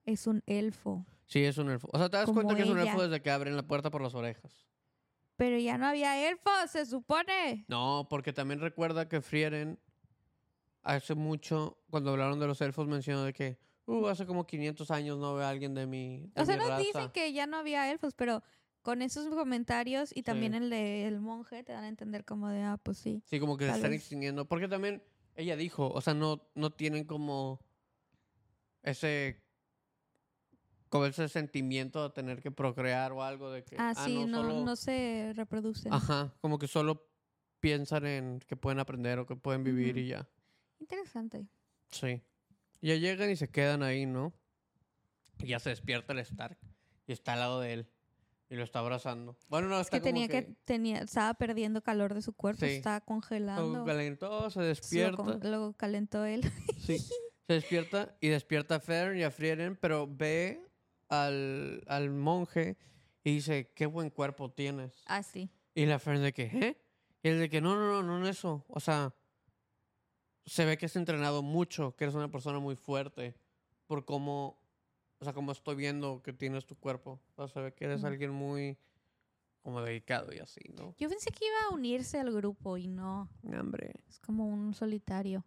A: es un elfo.
B: Sí, es un elfo. O sea, te das
A: Como
B: cuenta que es un
A: ella.
B: elfo desde que abren la puerta por las orejas.
A: Pero ya no había elfos, se supone.
B: No, porque también recuerda que Frieren hace mucho, cuando hablaron de los elfos, mencionó de que, uh, hace como 500 años no veo a alguien de mi, de
A: O sea,
B: mi
A: nos
B: raza".
A: dicen que ya no había elfos, pero con esos comentarios y también el del monje te dan a entender como de, ah, pues sí.
B: Sí, como que se
A: Tal
B: están
A: vez.
B: extinguiendo. Porque también ella dijo, o sea, no, no tienen como ese como ese sentimiento de tener que procrear o algo de que
A: Ah, sí, no,
B: solo-
A: no se reproducen.
B: ajá, como que solo piensan en que pueden aprender o que pueden vivir
A: Ujú.
B: y ya.
A: Interesante.
B: Sí. Y ya llegan y se quedan ahí, ¿no? Y ya se despierta el Stark y está al lado de él y lo está abrazando. Bueno, no,
A: Es
B: está
A: que
B: como
A: tenía que... tenía, estaba perdiendo calor de su cuerpo,
B: Sí.
A: estaba congelando.
B: como calentó,
A: Entonces,
B: se
A: Lo,
B: despierta.
A: con- lo calentó él.
B: Sí. Se despierta y despierta a Fern y a Frieren, pero ve al, al monje y dice, qué buen cuerpo tienes.
A: Ah, sí.
B: Y la Fern de que, ¿eh? Y él de que, no, no, no, no es eso. O sea, se ve que has entrenado mucho, que eres una persona muy fuerte por cómo, o sea, cómo estoy viendo que tienes tu cuerpo. O sea, se ve que eres
A: Ujú.
B: alguien muy como dedicado y así, ¿no?
A: Yo pensé que iba a unirse al grupo y no.
B: Hombre.
A: Es como un solitario.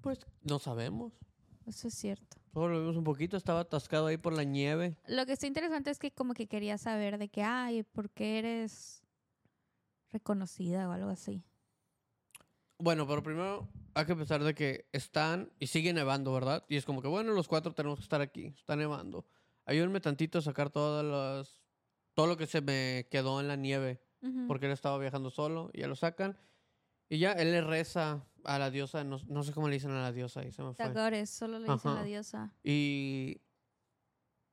B: Pues no sabemos.
A: Eso es cierto.
B: Solo lo vimos un poquito, estaba atascado ahí por la nieve.
A: Lo que está interesante es que como que quería saber de que, ay, ¿por qué eres reconocida o algo así?
B: Bueno, pero primero hay que pensar de que están y sigue nevando, ¿verdad? Y es como que, bueno, los cuatro tenemos que estar aquí, está nevando. Ayúdenme tantito a sacar todas las... Todo lo que se me quedó en la nieve,
A: Ujú.
B: porque él estaba viajando solo, y ya lo sacan. Y ya él le reza a la diosa, no, no sé cómo le dicen a la diosa, ahí se me fue.
A: Tagores, solo le dicen
B: Ajá.
A: la diosa.
B: Y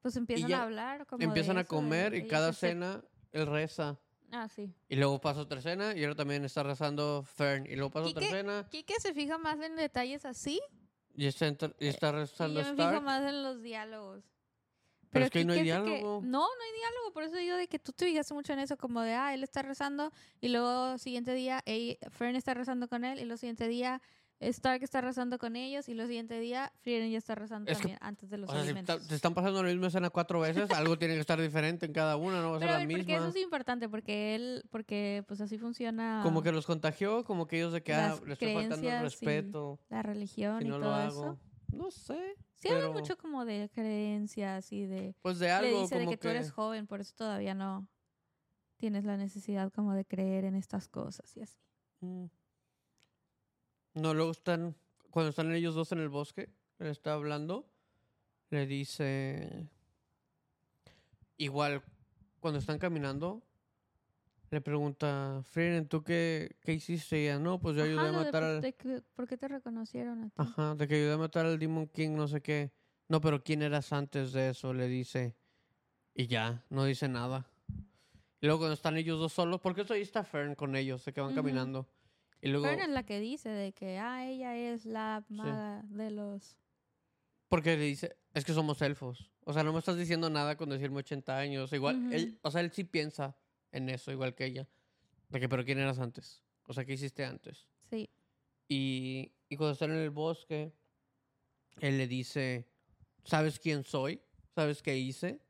A: Pues empiezan
B: ya
A: a hablar. Como de
B: empiezan a
A: eso, de
B: comer y
A: ellos
B: cada
A: hacer-
B: cena él reza.
A: Ah, sí.
B: Y luego pasa otra cena y ahora también está rezando Fern. Y luego pasa otra
A: Quique-
B: cena
A: Quique se fija más en detalles así
B: y está, enter- y
A: Eh,
B: está
A: y yo
B: rezando
A: me fijo
B: Stark.
A: más en los diálogos.
B: Pero es que ahí no hay
A: Quique es de que-
B: diálogo.
A: no, no hay diálogo. Por eso digo de que tú te fijaste mucho en eso, como de, ah, él está rezando y luego siguiente día ey- Fern está rezando con él y luego siguiente día Stark está rezando con ellos y luego siguiente día Frieren ya está rezando
B: Es que-
A: también antes de los
B: O sea, si
A: alimentos.
B: ta- te están pasando la misma escena cuatro veces, algo tiene que estar diferente en cada una, no va a ser
A: Pero a
B: la
A: ver, porque eso
B: misma.
A: es importante, porque él, porque pues así funciona
B: Como que los contagió, como que ellos de que ah,
A: Las
B: le estoy faltando el
A: creencias y
B: respeto,
A: la religión
B: si
A: y
B: no
A: todo
B: lo
A: eso.
B: hago. No sé,
A: Sí, hablan
B: pero-
A: mucho como de creencias y de...
B: pues de
A: le
B: algo
A: dice de
B: como
A: que, tú eres joven, por eso todavía no tienes la necesidad como de creer en estas cosas y así.
B: Mm. No, luego están, cuando están ellos dos en el bosque, él está hablando, le dice, igual, cuando están caminando, le pregunta, Frieren, ¿tú qué, qué hiciste? Y ella, no, pues yo ayudé
A: Ajá,
B: a
A: lo de,
B: matar
A: pues,
B: al...
A: de que- ¿Por qué te reconocieron a ti?
B: Ajá, de que ayudé a matar al Demon King, no sé qué. No, pero ¿quién eras antes de eso? Le dice. Y ya, no dice nada. Y luego cuando están ellos dos solos, porque eso ahí está Fern con ellos, de que van
A: Ujú.
B: caminando. Y luego,
A: Fern es la que dice de que, ah, ella es la maga de los...
B: porque le dice, es que somos elfos. O sea, no me estás diciendo nada con decirme 80 años. Igual,
A: Ujú.
B: él, o sea, él sí piensa en eso, igual que ella. De que, pero ¿quién eras antes? O sea, ¿qué hiciste antes?
A: Sí.
B: Y, y cuando están en el bosque, él le dice, ¿sabes quién soy? ¿Sabes qué hice?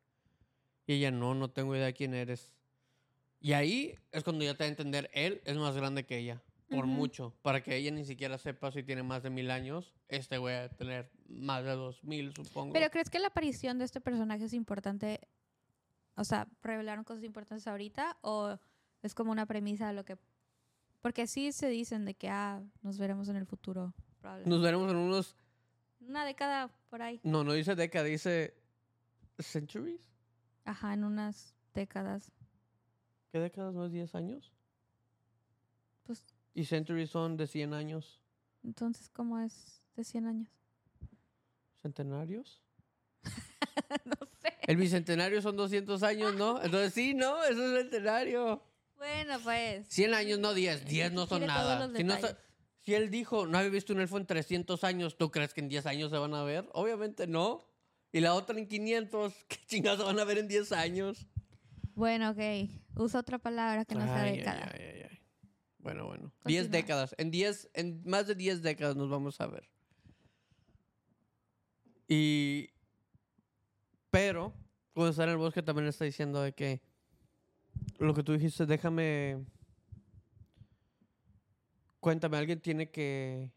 B: Y ella, no, no tengo idea quién eres. Y ahí es cuando ya te da a entender, él es más grande que ella, por
A: Ujú.
B: mucho. Para que ella ni siquiera sepa si tiene más de mil años, este voy a tener más de dos mil, supongo.
A: Pero ¿crees que la aparición de este personaje es importante? O sea, ¿revelaron cosas importantes ahorita? ¿O es como una premisa de lo que... Porque sí se dicen de que, ah, nos veremos en el futuro, probablemente.
B: Nos veremos en unos,
A: Una década por ahí.
B: no, no dice década, dice centuries.
A: Ajá, en unas décadas.
B: ¿Qué décadas no es 10 años?
A: Pues
B: Y centuries son de 100 años.
A: entonces, ¿cómo es de 100 años?
B: ¿Centenarios?
A: no sé.
B: El bicentenario son 200 años, ¿no? Entonces sí, ¿no? Eso es centenario.
A: Bueno, pues.
B: 100 años, no 10. 10 no son
A: Quiere todos
B: nada.
A: los
B: Si, no
A: detalles.
B: sa- si él dijo, no había visto un elfo en 300 años, ¿tú crees que en 10 años se van a ver? Obviamente no. Y la otra en 500, ¿qué chingados se van a ver en 10 años?
A: Bueno, ok. Usa otra palabra que no sea
B: Ay, ay,
A: década.
B: ay, ay, ay. Bueno, bueno. 10
A: Continúa.
B: décadas. En 10, en más de 10 décadas nos vamos a ver. Y. Pero, cuando está en el bosque también está diciendo de que. Lo que tú dijiste, déjame. Cuéntame, alguien tiene que.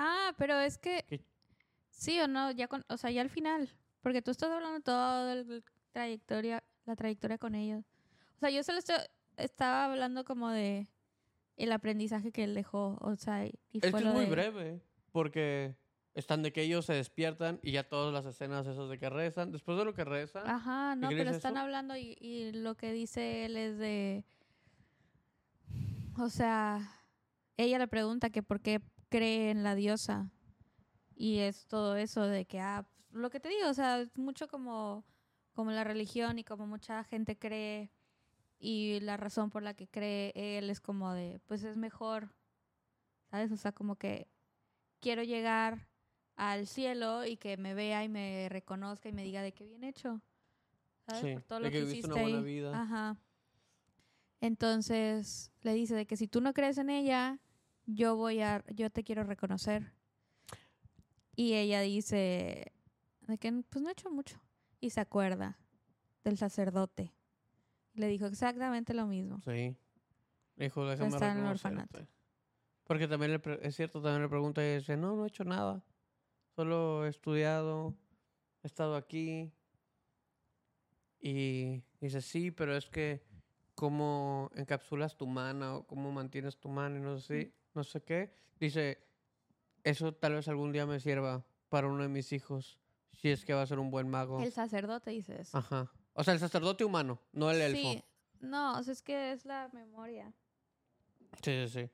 A: Ah, pero es que
B: ¿Qué?
A: sí o no, ya con, o sea, ya al final, porque tú estás hablando todo el trayectoria, la trayectoria con ellos. O sea, yo solo estoy- estaba hablando como de el aprendizaje que él dejó, o sea, y
B: Es que
A: fue
B: es
A: lo
B: muy
A: de-
B: breve, porque están de que ellos se despiertan y ya todas las escenas esas de que rezan. Después de lo que rezan,
A: Ajá, no,
B: qué le
A: pero
B: dice
A: están
B: eso?
A: hablando y, y lo que dice él es de o sea, ella le pregunta que por qué cree en la diosa y es todo eso de que ah, pues, lo que te digo, o sea, es mucho como como la religión y como mucha gente cree y la razón por la que cree él es como de, pues es mejor, ¿sabes? O sea, como que quiero llegar al cielo y que me vea y me reconozca y me diga de qué bien hecho, ¿sabes?
B: Sí,
A: por todo
B: de
A: lo
B: que
A: que,
B: viviste
A: hiciste
B: una buena
A: ahí.
B: vida.
A: Ajá. Entonces le dice de que si tú no crees en ella, yo voy a, yo te quiero reconocer. Y ella dice de que pues no he hecho mucho y se acuerda del sacerdote. Le dijo exactamente lo mismo.
B: Sí. Dijo, déjame
A: está en el
B: reconocerte".
A: orfanato.
B: Porque también le pre- es cierto, también le pregunta y dice, no, no he hecho nada. Solo he estudiado, he estado aquí. Y dice, sí, pero es que cómo encapsulas tu mano, o cómo mantienes tu mano y no sé, si- no sé qué. Dice, eso tal vez algún día me sirva para uno de mis hijos, si es que va a ser un buen mago.
A: El sacerdote dice eso.
B: Ajá. O sea, el sacerdote humano, no el elfo.
A: Sí. No, o sea, es que es la memoria.
B: Sí, sí, sí.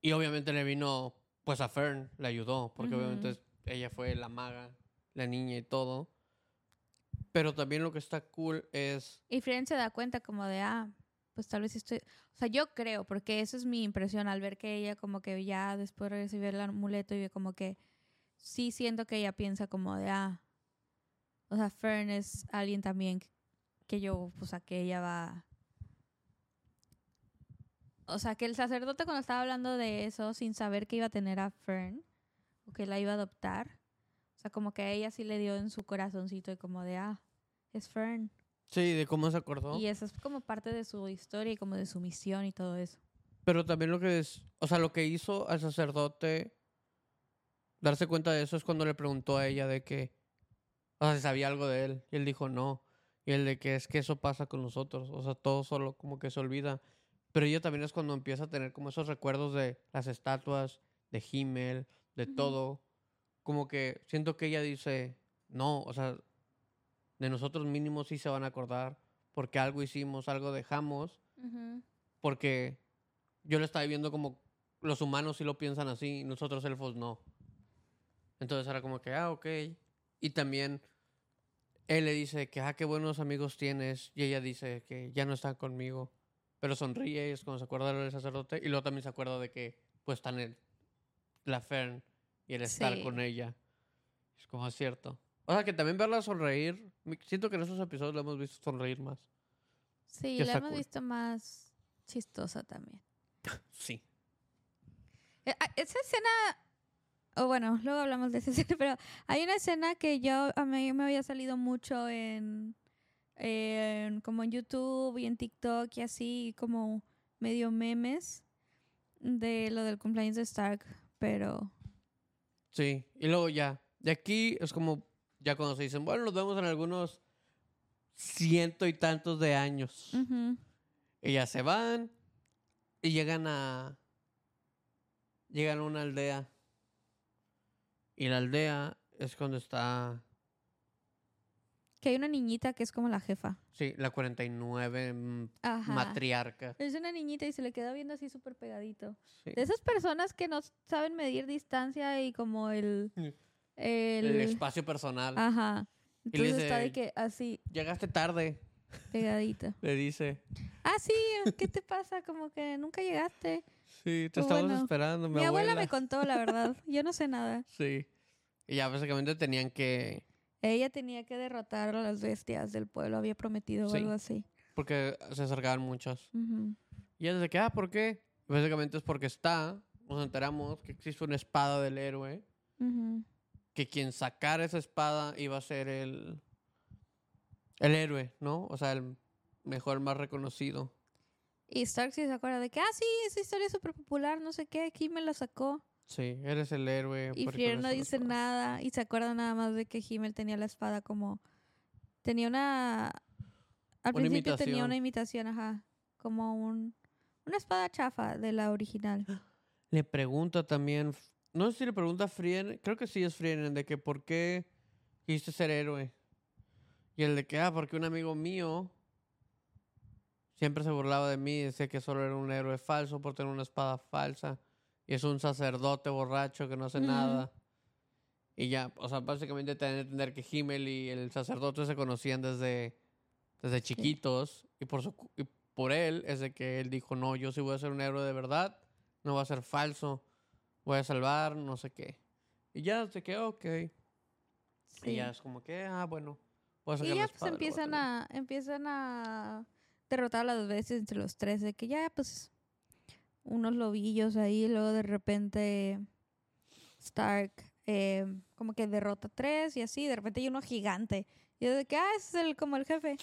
B: Y obviamente le vino, pues a Fern, le ayudó, porque
A: Ujú.
B: obviamente es- ella fue la maga, la niña y todo. Pero también lo que está cool es,
A: Y Fren se da cuenta como de, ah, pues tal vez sí estoy... O sea, yo creo, porque esa es mi impresión al ver que ella como que ya después recibió el amuleto y ve como que sí siento que ella piensa como de, ah, o sea, Fern es alguien también que- que yo, o sea, que ella va... O sea, que el sacerdote cuando estaba hablando de eso sin saber que iba a tener a Fern o que la iba a adoptar, o sea, como que a ella sí le dio en su corazoncito y como de, ah, es Fern.
B: sí, de cómo se acordó.
A: Y eso es como parte de su historia y como de su misión y todo eso.
B: Pero también lo que es, o sea, lo que hizo al sacerdote darse cuenta de eso es cuando le preguntó a ella de que, o sea, si sabía algo de él. Y él dijo no. Y él de que es que eso pasa con nosotros. O sea, todo solo como que se olvida. Pero ella también es cuando empieza a tener como esos recuerdos de las estatuas, de Himmel, de
A: Ujú.
B: todo. Como que siento que ella dice, no, o sea, de nosotros mínimos sí se van a acordar porque algo hicimos, algo dejamos porque yo lo estaba viendo como los humanos sí lo piensan así, nosotros elfos no. Entonces era como que, ah, ok. Y también él le dice que, ah, qué buenos amigos tienes. Y ella dice que ya no están conmigo. Pero sonríe, es cuando se acuerda del sacerdote. Y luego también se acuerda de que, pues, están el, la Fern y el estar
A: Sí.
B: con ella. Es como cierto. O sea, que también verla sonreír. mi- Siento que en esos episodios la hemos visto sonreír más.
A: Sí,
B: Que
A: la
B: está
A: hemos
B: cool.
A: visto más chistosa también.
B: Sí.
A: Eh, ah, Esa escena, o bueno, luego hablamos de esa escena, pero hay una escena que yo a mí me había salido mucho en, en- como en YouTube y en TikTok y así, como medio memes de lo del cumpleaños de Stark, pero
B: Sí, y luego ya. De aquí es como, ya cuando se dicen, bueno, nos vemos en algunos ciento y tantos de años.
A: ujú,
B: Y ya se van y llegan a... Llegan a una aldea. Y la aldea es cuando está...
A: que hay una niñita que es como la jefa.
B: Sí, la 49 m-
A: Ajá.
B: mm, matriarca.
A: es una niñita y se le queda viendo así súper pegadito.
B: Sí.
A: De esas personas que no saben medir distancia y como el...
B: Mm.
A: El, Ah.
B: El, espacio personal.
A: Ajá.
B: Y le
A: Entonces está de
B: dice-
A: que así,
B: Llegaste tarde,
A: pegadita.
B: le dice.
A: Ah, sí, ¿qué te pasa? Como que nunca llegaste.
B: Sí, te
A: Pues
B: estamos
A: bueno,
B: esperando. Mi,
A: Mi, abuela.
B: abuela
A: me contó, la verdad. Yo no sé nada.
B: Sí. Y ya básicamente tenían que...
A: Ella tenía que derrotar a las bestias del pueblo, había prometido o
B: Sí.
A: algo así.
B: Porque se acercaban muchos.
A: Ujú.
B: Y él se que, ah, ¿por qué? Básicamente es porque está, nos enteramos que existe una espada del héroe,
A: Ujú.
B: que quien sacara esa espada iba a ser el, el héroe, ¿no? O sea, el mejor, más reconocido.
A: Y Stark sí se acuerda de que, ah, sí, esa historia es súper popular, no sé qué, aquí me la sacó.
B: Sí, eres el héroe.
A: Y
B: por
A: Frier no
B: reconocer la
A: dice
B: espada.
A: nada y se acuerda nada más de que Himmel tenía la espada como... Tenía una... Al
B: Una
A: principio tenía
B: imitación.
A: una imitación, ajá. Como un... Una espada chafa de la original.
B: Le pregunta también, no sé si le pregunta a Frieren, creo que sí es Frieren, de que por qué quisiste ser héroe. Y el de que, ah, porque un amigo mío siempre se burlaba de mí, decía que solo era un héroe falso por tener una espada falsa. Y es un sacerdote borracho que no hace
A: Ujú.
B: nada. Y ya, o sea, básicamente te dan a entender que Himmel y el sacerdote se conocían desde, desde chiquitos. Y por, su, cu- y por él es de que él dijo, no, yo sí voy a ser un héroe de verdad, no voy a ser falso, voy a salvar, no sé qué. Y ya se quedó, ok.
A: Sí.
B: Y ya es como que, ah, bueno. Voy a sacar
A: Y
B: la
A: ya pues
B: espada, la voy a
A: empiezan
B: tener".
A: a, empiezan a derrotar a las bestias entre los tres, de que ya pues unos lobillos ahí, y luego de repente Stark eh, como que derrota tres y así, de repente hay uno gigante. Y es de que, ah, ese es el, como el jefe.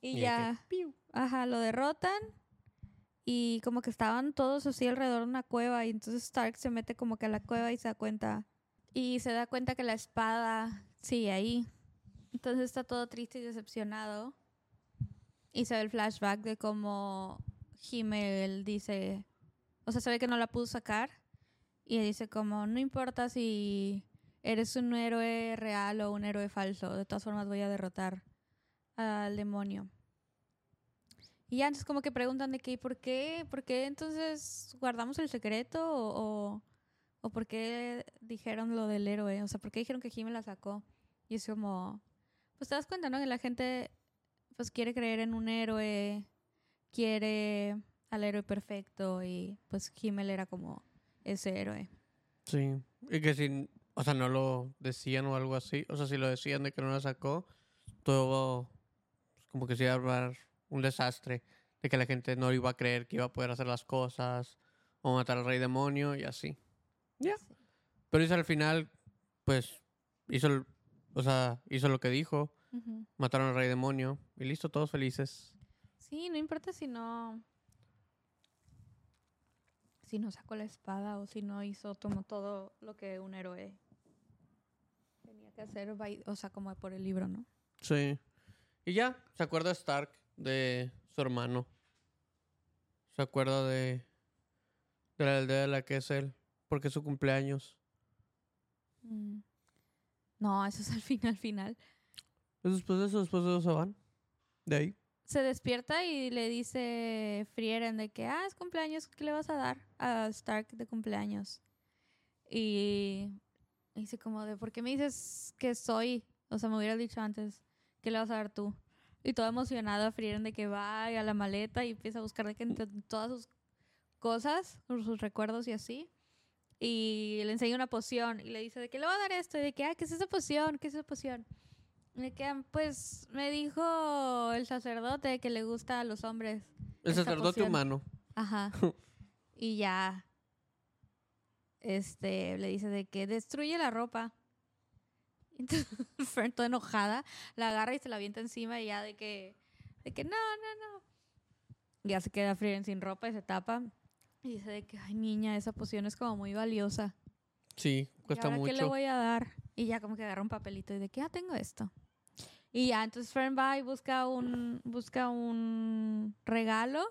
A: Y,
B: Y de que,
A: ya, ajá, lo derrotan. Y como que estaban todos así alrededor de una cueva y entonces Stark se mete como que a la cueva y se da cuenta. Y se da cuenta que la espada sigue ahí. Entonces está todo triste y decepcionado. Y se ve el flashback de cómo Himmel dice, o sea, se ve que no la pudo sacar. Y dice como, no importa si eres un héroe real o un héroe falso, de todas formas voy a derrotar al demonio. Y ya entonces como que preguntan de qué, ¿por qué? ¿Por qué entonces guardamos el secreto? ¿O, o, o por qué dijeron lo del héroe? O sea, ¿por qué dijeron que Jimmy la sacó? Y es como, pues te das cuenta, ¿no? Que la gente pues quiere creer en un héroe, quiere al héroe perfecto y pues Himmel era como ese héroe.
B: Sí. Y que si, o sea, no lo decían o algo así. O sea, si lo decían de que no la sacó, todo pues, como que se iba a armar un desastre. De que la gente no iba a creer que iba a poder hacer las cosas o matar al rey demonio y así. Ya.
A: Sí.
B: Pero hizo al final, pues, hizo, el- o sea, hizo lo que dijo.
A: Ujú.
B: Mataron al rey demonio y listo, todos felices.
A: Sí, no importa si no si no sacó la espada o si no hizo tomó todo lo que un héroe tenía que hacer, by- o sea, como por el libro, ¿no?
B: Sí. Y ya, se acuerda Stark de su hermano. Se acuerda de, de la aldea de la que es él, porque es su cumpleaños.
A: Mm. No, eso es al final final.
B: Pues Después de eso, después de eso se van. De ahí.
A: se despierta y le dice Frieren de que, ah, es cumpleaños, ¿qué le vas a dar a Stark de cumpleaños? Y dice como de, ¿por qué me dices que soy? O sea, me hubieras dicho antes. ¿Qué le vas a dar tú? Y todo emocionado a Frieren de que va y a la maleta y empieza a buscar de que entre todas sus cosas, sus recuerdos y así. Y le enseña una poción y le dice de que le va a dar esto y de que, ah, ¿qué es esa poción? ¿Qué es esa poción? Y de que, "Ah, pues me dijo el sacerdote que le gusta a los hombres.
B: El
A: Esta
B: sacerdote
A: poción.
B: humano.
A: Ajá. y ya. Este, le dice de que destruye la ropa. Entonces, Fern, toda enojada, la agarra y se la avienta encima y ya de que, de que no, no, no. Ya se queda Frieren sin ropa y se tapa. Y dice de que, ay, niña, esa poción es como muy valiosa.
B: Sí,
A: ¿Y
B: cuesta
A: ahora
B: mucho.
A: ¿Qué le voy a dar? Y ya como que agarra un papelito y de que ya tengo esto. Y ya, entonces Fern va y busca un, busca un regalo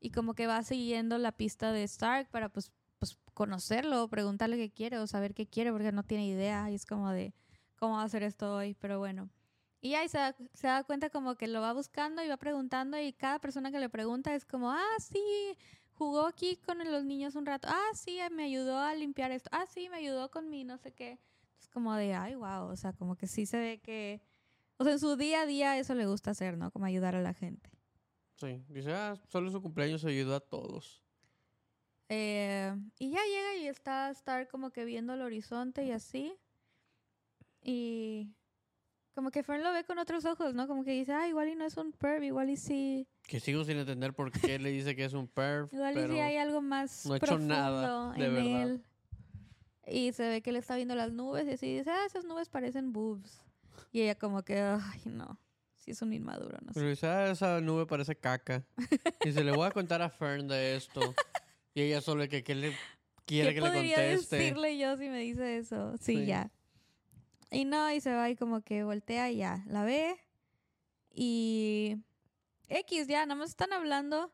A: y como que va siguiendo la pista de Stark para pues, pues conocerlo, preguntarle qué quiere o saber qué quiere porque no tiene idea y es como de cómo va a hacer esto hoy, pero bueno. Y ahí se da, se da cuenta como que lo va buscando y va preguntando y cada persona que le pregunta es como, ah, sí, jugó aquí con los niños un rato. Ah, sí, me ayudó a limpiar esto. Ah, sí, me ayudó con mi no sé qué. Es como de, ay, wow, o sea, como que sí se ve que, o sea, en su día a día eso le gusta hacer, ¿no? Como ayudar a la gente.
B: Sí, dice, ah, solo su cumpleaños ayudó a todos.
A: Eh, y ya llega y está Star como que viendo el horizonte y así. Y como que Fern lo ve con otros ojos, ¿no? Como que dice, ah, igual y no es un perv, igual y sí,
B: Que sigo sin entender por qué le dice que es un perf,
A: igual y
B: pero
A: sí hay algo más
B: no ha hecho
A: profundo
B: nada, de
A: en
B: verdad.
A: él. Y se ve que él está viendo las nubes y así dice, ah, esas nubes parecen boobs. Y ella como que, ay, no, si es un inmaduro, no sé.
B: pero dice, ah, esa nube parece caca. Y se le voy a contar a Fern de esto. Y ella solo de que, que le quiere
A: ¿Qué
B: que le
A: podría
B: conteste.
A: decirle yo si me dice eso? Sí,
B: Sí.
A: ya. Y no, y se va y como que voltea y ya. La ve. Y. X, ya, nada más están hablando.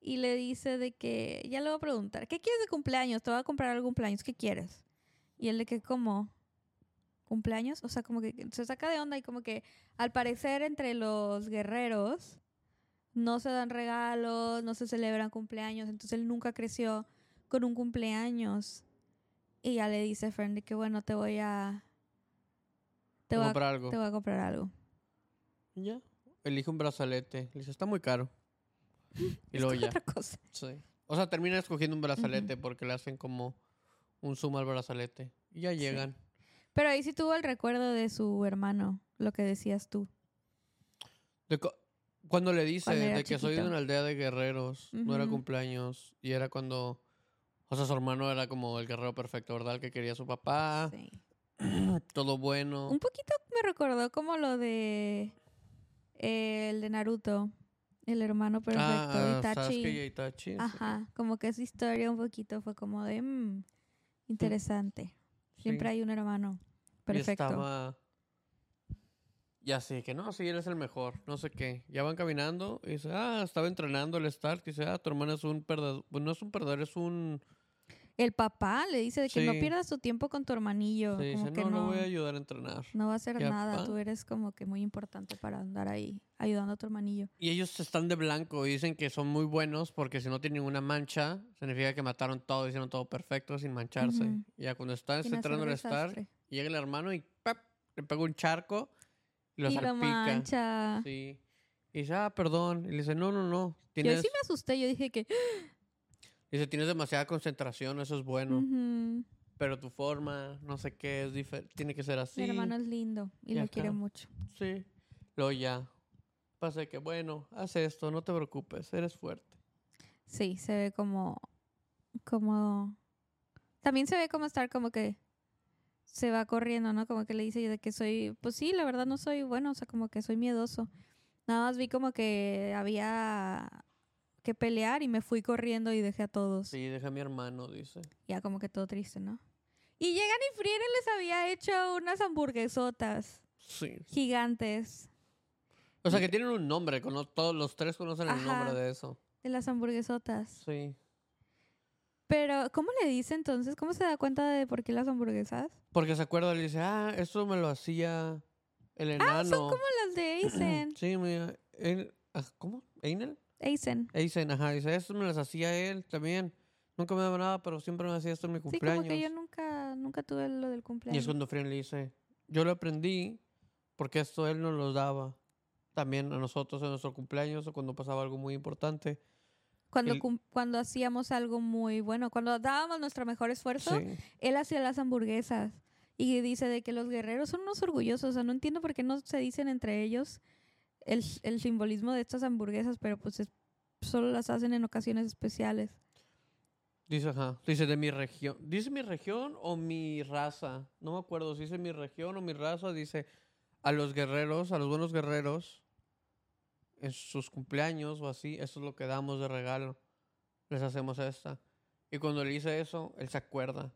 A: Y le dice de que. Ya le va a preguntar. ¿Qué quieres de cumpleaños? Te voy a comprar algo de cumpleaños. ¿Qué quieres? Y él de que, como. ¿Cumpleaños? O sea, como que se saca de onda y como que. Al parecer, entre los guerreros. No se dan regalos, no se celebran cumpleaños. Entonces él nunca creció con un cumpleaños. Y ya le dice a Fern de que bueno, te voy a. Te
B: Te
A: voy a,
B: comprar algo.
A: te voy a comprar algo.
B: Y Ya. Elige un brazalete. Le dice, está muy caro. Y luego ya.
A: Otra cosa.
B: Sí. O sea, termina escogiendo un brazalete porque le hacen como un zoom al brazalete. Y ya
A: Sí.
B: llegan.
A: Pero ahí sí tuvo el recuerdo de su hermano, lo que decías tú.
B: De co- cuando le dice
A: Cuando era
B: de que soy de
A: chiquito.
B: una aldea de guerreros, no era
A: Ujú.
B: cumpleaños, y era cuando, o sea, su hermano era como el guerrero perfecto, ¿verdad? El que quería a su papá,
A: Sí.
B: todo bueno.
A: Un poquito me recordó como lo de. eh, el de Naruto. El hermano perfecto.
B: Ah,
A: Itachi.
B: Sasuke y Itachi. sí.
A: Ajá. Como que esa historia un poquito fue como de. mm, interesante.
B: Sí.
A: Siempre hay un hermano
B: Y
A: perfecto.
B: estaba... Ya sí, que no, sí, eres el mejor, no sé qué. Ya van caminando y dice, ah, estaba entrenando el Stark. Y dice, ah, tu hermano es un perdedor. Bueno, no es un perdedor, es un...
A: El papá le dice de que no
B: Sí.
A: pierdas tu tiempo con tu hermanillo.
B: Sí,
A: como
B: dice,
A: que
B: no, no
A: no,
B: voy a ayudar a entrenar.
A: no va a hacer
B: Ya,
A: nada.
B: pa.
A: Tú eres como que muy importante para andar ahí ayudando a tu hermanillo.
B: Y ellos están de blanco y dicen que son muy buenos porque si no tienen ninguna mancha, significa que mataron todo, hicieron todo perfecto sin mancharse.
A: Ujú.
B: Y ya cuando están
A: Sin hacer
B: entrando el Stark,
A: desastre.
B: llega el hermano y ¡pap! le pega un charco y lo
A: y lo
B: salpica.
A: mancha.
B: sí. Y dice, ah, perdón. Y le dice, no, no, no.
A: yo ahí
B: Tienes,
A: sí me asusté. Yo dije que.
B: Dice, tienes demasiada concentración, eso es bueno.
A: "Ujú,
B: Pero tu forma, no sé qué, es difer- tiene que ser así.
A: Mi hermano es lindo y
B: Y
A: lo
B: acá.
A: quiere mucho.
B: Sí. Luego ya. Pasa de que, bueno, haz esto, no te preocupes, eres fuerte.
A: Sí, se ve como. Como. También se ve como estar como que. Se va corriendo, ¿no? Como que le dice de que soy. Pues sí, la verdad no soy bueno. O sea, como que soy miedoso. Nada más vi como que había que pelear y me fui corriendo y dejé a todos.
B: Sí, deja a mi hermano, dice.
A: Ya como que todo triste, ¿no? Y llegan y Frieren les había hecho unas hamburguesotas
B: Sí.
A: gigantes.
B: O sea, que tienen un nombre, cono- todos los tres conocen el
A: Ajá.
B: nombre de eso.
A: De las hamburguesotas.
B: Sí.
A: Pero, ¿cómo le dice entonces? ¿Cómo se da cuenta de por qué las hamburguesas?
B: Porque se acuerda, le dice, ah, eso me lo hacía el enano.
A: Ah, son como las de Eisen.
B: Sí, mira, él- ah, ¿cómo? ¿Einel?
A: Eisen.
B: Eisen, ajá, dice, eso me las hacía él también. Nunca me daba nada, pero siempre me hacía esto en mi
A: Sí,
B: cumpleaños.
A: como que yo nunca, nunca tuve lo del
B: Y es
A: cumpleaños.
B: cuando Fran le dice, yo lo aprendí porque esto él nos los daba también a nosotros en nuestro cumpleaños o cuando pasaba algo muy importante.
A: Cuando,
B: El-
A: cum- cuando hacíamos algo muy bueno, cuando dábamos nuestro mejor esfuerzo,
B: Sí.
A: él hacía las hamburguesas y dice de que los guerreros son unos orgullosos. O sea, no entiendo por qué no se dicen entre ellos el, el simbolismo de estas hamburguesas, pero pues es- solo las hacen en ocasiones especiales.
B: Dice, ajá, dice de mi región. ¿Dice mi región o mi raza? No me acuerdo si dice mi región o mi raza. Dice a los guerreros, a los buenos guerreros, en sus cumpleaños o así, eso es lo que damos de regalo. Les hacemos esta. Y cuando le hice eso, él se acuerda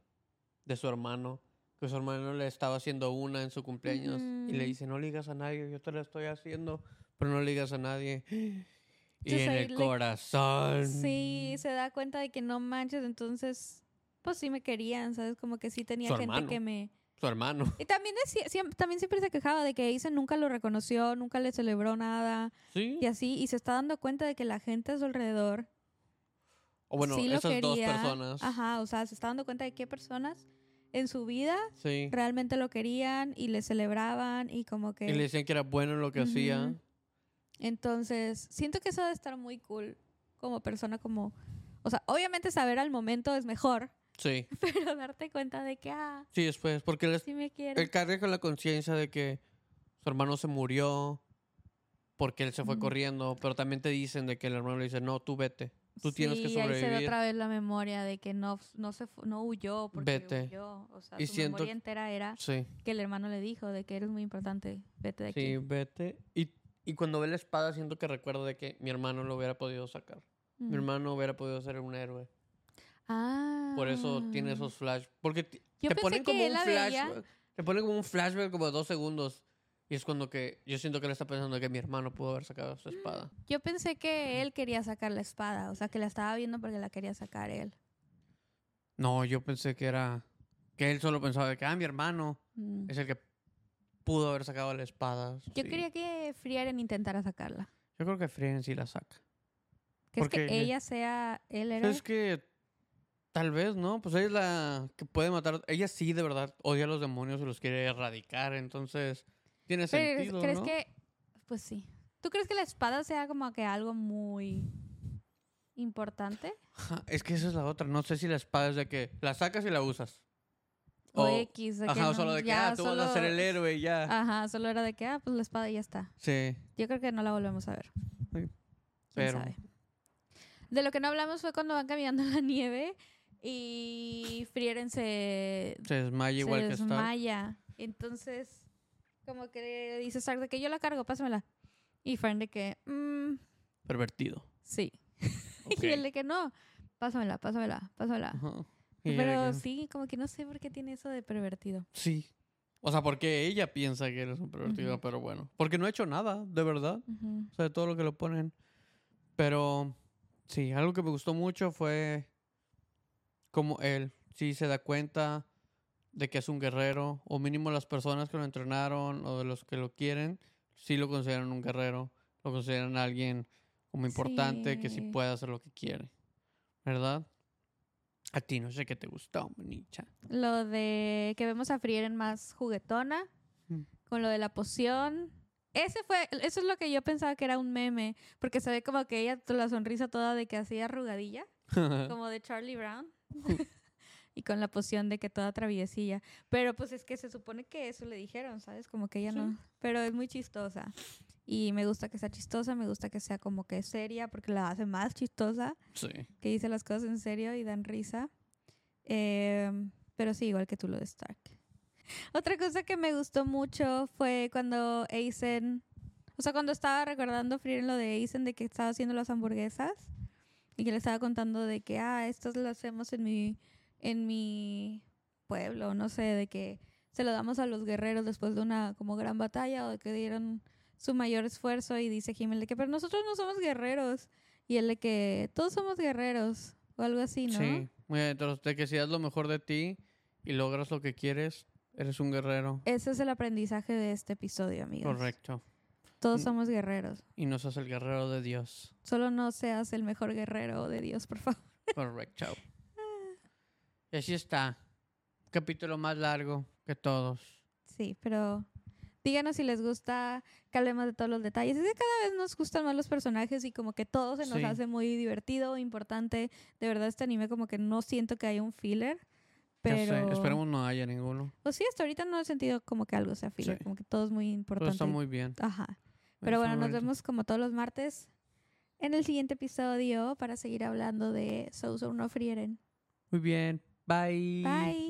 B: de su hermano, que su hermano le estaba haciendo una en su cumpleaños. Y le
A: Ujú.
B: dice, no ligas a nadie, yo te la estoy haciendo, pero no ligas a nadie. Y
A: Just
B: en
A: I
B: el
A: like-
B: corazón. Mm.
A: Sí, se da cuenta de que no manches, entonces pues sí me querían, ¿sabes? Como que sí tenía
B: Su
A: gente
B: hermano.
A: que me...
B: Su hermano.
A: Y también, decía- siem- también siempre se quejaba de que Aizen nunca lo reconoció, nunca le celebró nada
B: Sí.
A: y así, y se está dando cuenta de que la gente a su alrededor
B: O bueno,
A: sí lo
B: esas dos
A: quería.
B: personas.
A: Ajá, o sea, se está dando cuenta de qué personas en su vida
B: Sí.
A: realmente lo querían y le celebraban y como que...
B: Y le decían que era bueno en lo que hacía.
A: Ujú. Entonces, siento que eso debe estar muy cool como persona, como... O sea, obviamente saber al momento es mejor,
B: Sí.
A: pero darte cuenta de que, ah,
B: Sí, después. Porque él, es-
A: sí me quiere.
B: él carga con la conciencia de que su hermano se murió porque él se fue
A: Ujú.
B: corriendo. Pero también te dicen de que el hermano le dice, no, tú vete. Tú tienes que
A: Sí, ahí se ve
B: sobrevivir.
A: otra vez la memoria de que no, no, se, fu- no huyó porque
B: Vete.
A: huyó. O sea,
B: Y
A: su
B: siento
A: memoria
B: que-
A: entera era
B: Sí.
A: que el hermano le dijo de que eres muy importante, vete Ah, de aquí.
B: Sí, vete. Y, y cuando ve la espada, siento que recuerdo de que mi hermano lo hubiera podido sacar. Mi
A: Mm.
B: hermano hubiera podido ser un héroe.
A: Ah.
B: Por eso tiene esos flash. Porque ti-
A: Yo
B: te
A: pensé
B: ponen
A: que
B: como
A: él
B: un
A: la veía.
B: flashback. Te ponen como un flashback como de dos segundos. Y es cuando que yo siento que él está pensando que mi hermano pudo haber sacado su espada.
A: Yo pensé que él quería sacar la espada, o sea, que la estaba viendo porque la quería sacar él.
B: No, yo pensé que era. Que él solo pensaba de que, ah, mi hermano
A: Mm.
B: es el que pudo haber sacado la espada.
A: Yo
B: Sí.
A: quería que Frieren intentara sacarla.
B: Yo creo que Frieren sí la saca.
A: Que es que
B: Porque-
A: ella sea el héroe.
B: Es que. Tal vez, ¿no? Pues ella es la que puede matar. Ella sí, de verdad, odia a los demonios y los quiere erradicar. Entonces, tiene
A: Pero
B: sentido.
A: crees
B: ¿no?
A: que. Pues sí. ¿Tú crees que la espada sea como que algo muy importante?
B: Ajá, Es que esa es la otra. No sé si la espada es de que la sacas y la usas.
A: O,
B: O-
A: X. de que
B: Oh, Ajá, o
A: no-
B: solo de que,
A: ya
B: ah, tú vas a ser
A: solo-
B: el héroe y ya.
A: Ajá, solo era de que, ah, pues la espada y ya está.
B: Sí,
A: Yo creo que no la volvemos a ver. ¿Quién
B: pero...
A: sabe? De lo que no hablamos fue cuando van caminando en la nieve y Frieren se,
B: Se desmaya igual
A: se
B: que está.
A: desmaya. Entonces, como que dice Stark de que yo la cargo, pásamela. Y Fern de que, mm,
B: Pervertido.
A: sí.
B: Ok.
A: Y él de que no, pásamela, pásamela, pásamela.
B: Ajá. Y ella
A: Pero
B: que-
A: sí, como que no sé por qué tiene eso de pervertido.
B: Sí. O sea, porque ella piensa que eres un pervertido,
A: Ujú.
B: pero bueno. Porque no ha hecho nada, de verdad.
A: Ujú.
B: O sea, de todo lo que lo ponen. Pero sí, algo que me gustó mucho fue como él sí se da cuenta de que es un guerrero, o mínimo las personas que lo entrenaron o de los que lo quieren, sí lo consideran un guerrero, lo consideran alguien como importante que sí
A: Sí.
B: puede hacer lo que quiere, ¿verdad? A ti no sé qué te gustó, Monicha.
A: Lo de que vemos a Frieren más juguetona,
B: Mm.
A: con lo de la poción. Ese fue, eso es lo que yo pensaba que era un meme, porque se ve como que ella, la sonrisa toda de que así arrugadilla, como de Charlie Brown. y con la poción de que toda traviesilla. Pero pues es que se supone que eso le dijeron, ¿sabes? Como que ella no. Pero es muy chistosa. Y me gusta que sea chistosa, me gusta que sea como que seria, porque la hace más chistosa
B: sí.
A: que dice las cosas en serio y dan risa. Em, pero sí, igual que tú lo de Stark. Otra cosa que me gustó mucho fue cuando Aizen, o sea, cuando estaba recordando Frieren lo de Aizen, de que estaba haciendo las hamburguesas y que le estaba contando de que, ah, estas las hacemos en mi, en mi pueblo, no sé, de que se lo damos a los guerreros después de una como gran batalla o de que dieron su mayor esfuerzo y dice Jiménez de que, pero nosotros no somos guerreros. Y él de que todos somos guerreros o algo así, ¿no?
B: Sí. Muy bien, entonces, de que si das lo mejor de ti y logras lo que quieres, eres un guerrero.
A: Ese es el aprendizaje de este episodio, amigos.
B: Correcto.
A: Todos
B: Mm.
A: somos guerreros.
B: Y no sos el guerrero de Dios.
A: Solo no seas el mejor guerrero de Dios, por favor.
B: Correcto. Y así está. Capítulo más largo que todos.
A: Sí, pero Díganos si les gusta que hablemos de todos los detalles. Es que cada vez nos gustan más los personajes y como que todo se nos
B: Sí.
A: hace muy divertido, importante. De verdad, este anime como que no siento que haya un filler.
B: Ya sé,
A: Pero...
B: Esperemos no haya ninguno.
A: Pues sí, hasta ahorita no he sentido como que algo sea filler.
B: Sí.
A: Como que todo es muy
B: Todo
A: importante.
B: está muy bien.
A: Ajá. Pero
B: Está
A: bueno, nos
B: bonito.
A: vemos como todos los martes en el siguiente episodio para seguir hablando de So So No Frieren.
B: Muy bien. Bye.
A: Bye.